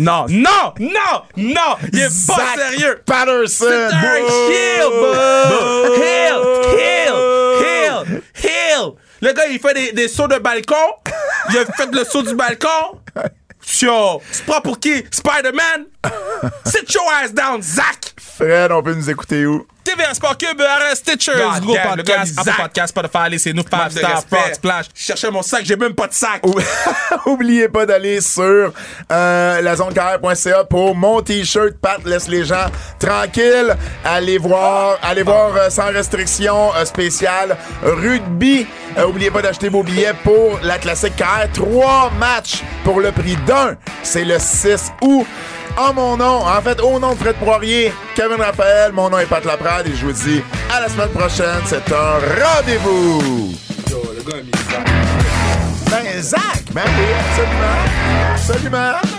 S3: Non, non, non, non! Il est pas
S2: Zach
S3: sérieux!
S2: Patterson.
S3: C'est un heel, bro! Heel, heel, heel, heel! Le gars, il fait des, des sauts de balcon. Il a fait le saut du balcon. Yo, c'est pas pour qui? Spider-Man? Sit your ass down, Zach!
S2: Fred, on peut nous écouter où
S3: TVA Sport Cube, RS, Stitchers,
S4: God
S3: Gros
S4: damn, le gars,
S3: Podcast,
S4: il
S3: Apple
S4: zappe.
S3: Podcast, Spotify, laissez-nous
S4: Manque
S3: 5
S4: de
S3: Star,
S4: respect.
S3: Prod, Splash. Je cherchais mon sac, j'ai même pas de sac.
S2: Oubliez pas d'aller sur euh, la pour mon t-shirt. Pat laisse les gens tranquilles. Allez voir, allez voir euh, sans restriction euh, spéciale rugby. Euh, oubliez pas d'acheter vos billets pour la classique KR. Trois matchs pour le prix d'un. C'est le 6 août. En mon nom, en fait, au nom de Fred Poirier, Kevin Raphaël, mon nom est Pat Laprade et je vous dis à la semaine prochaine. C'est un rendez-vous. Ben, Zach, ben oui, absolument. Absolument.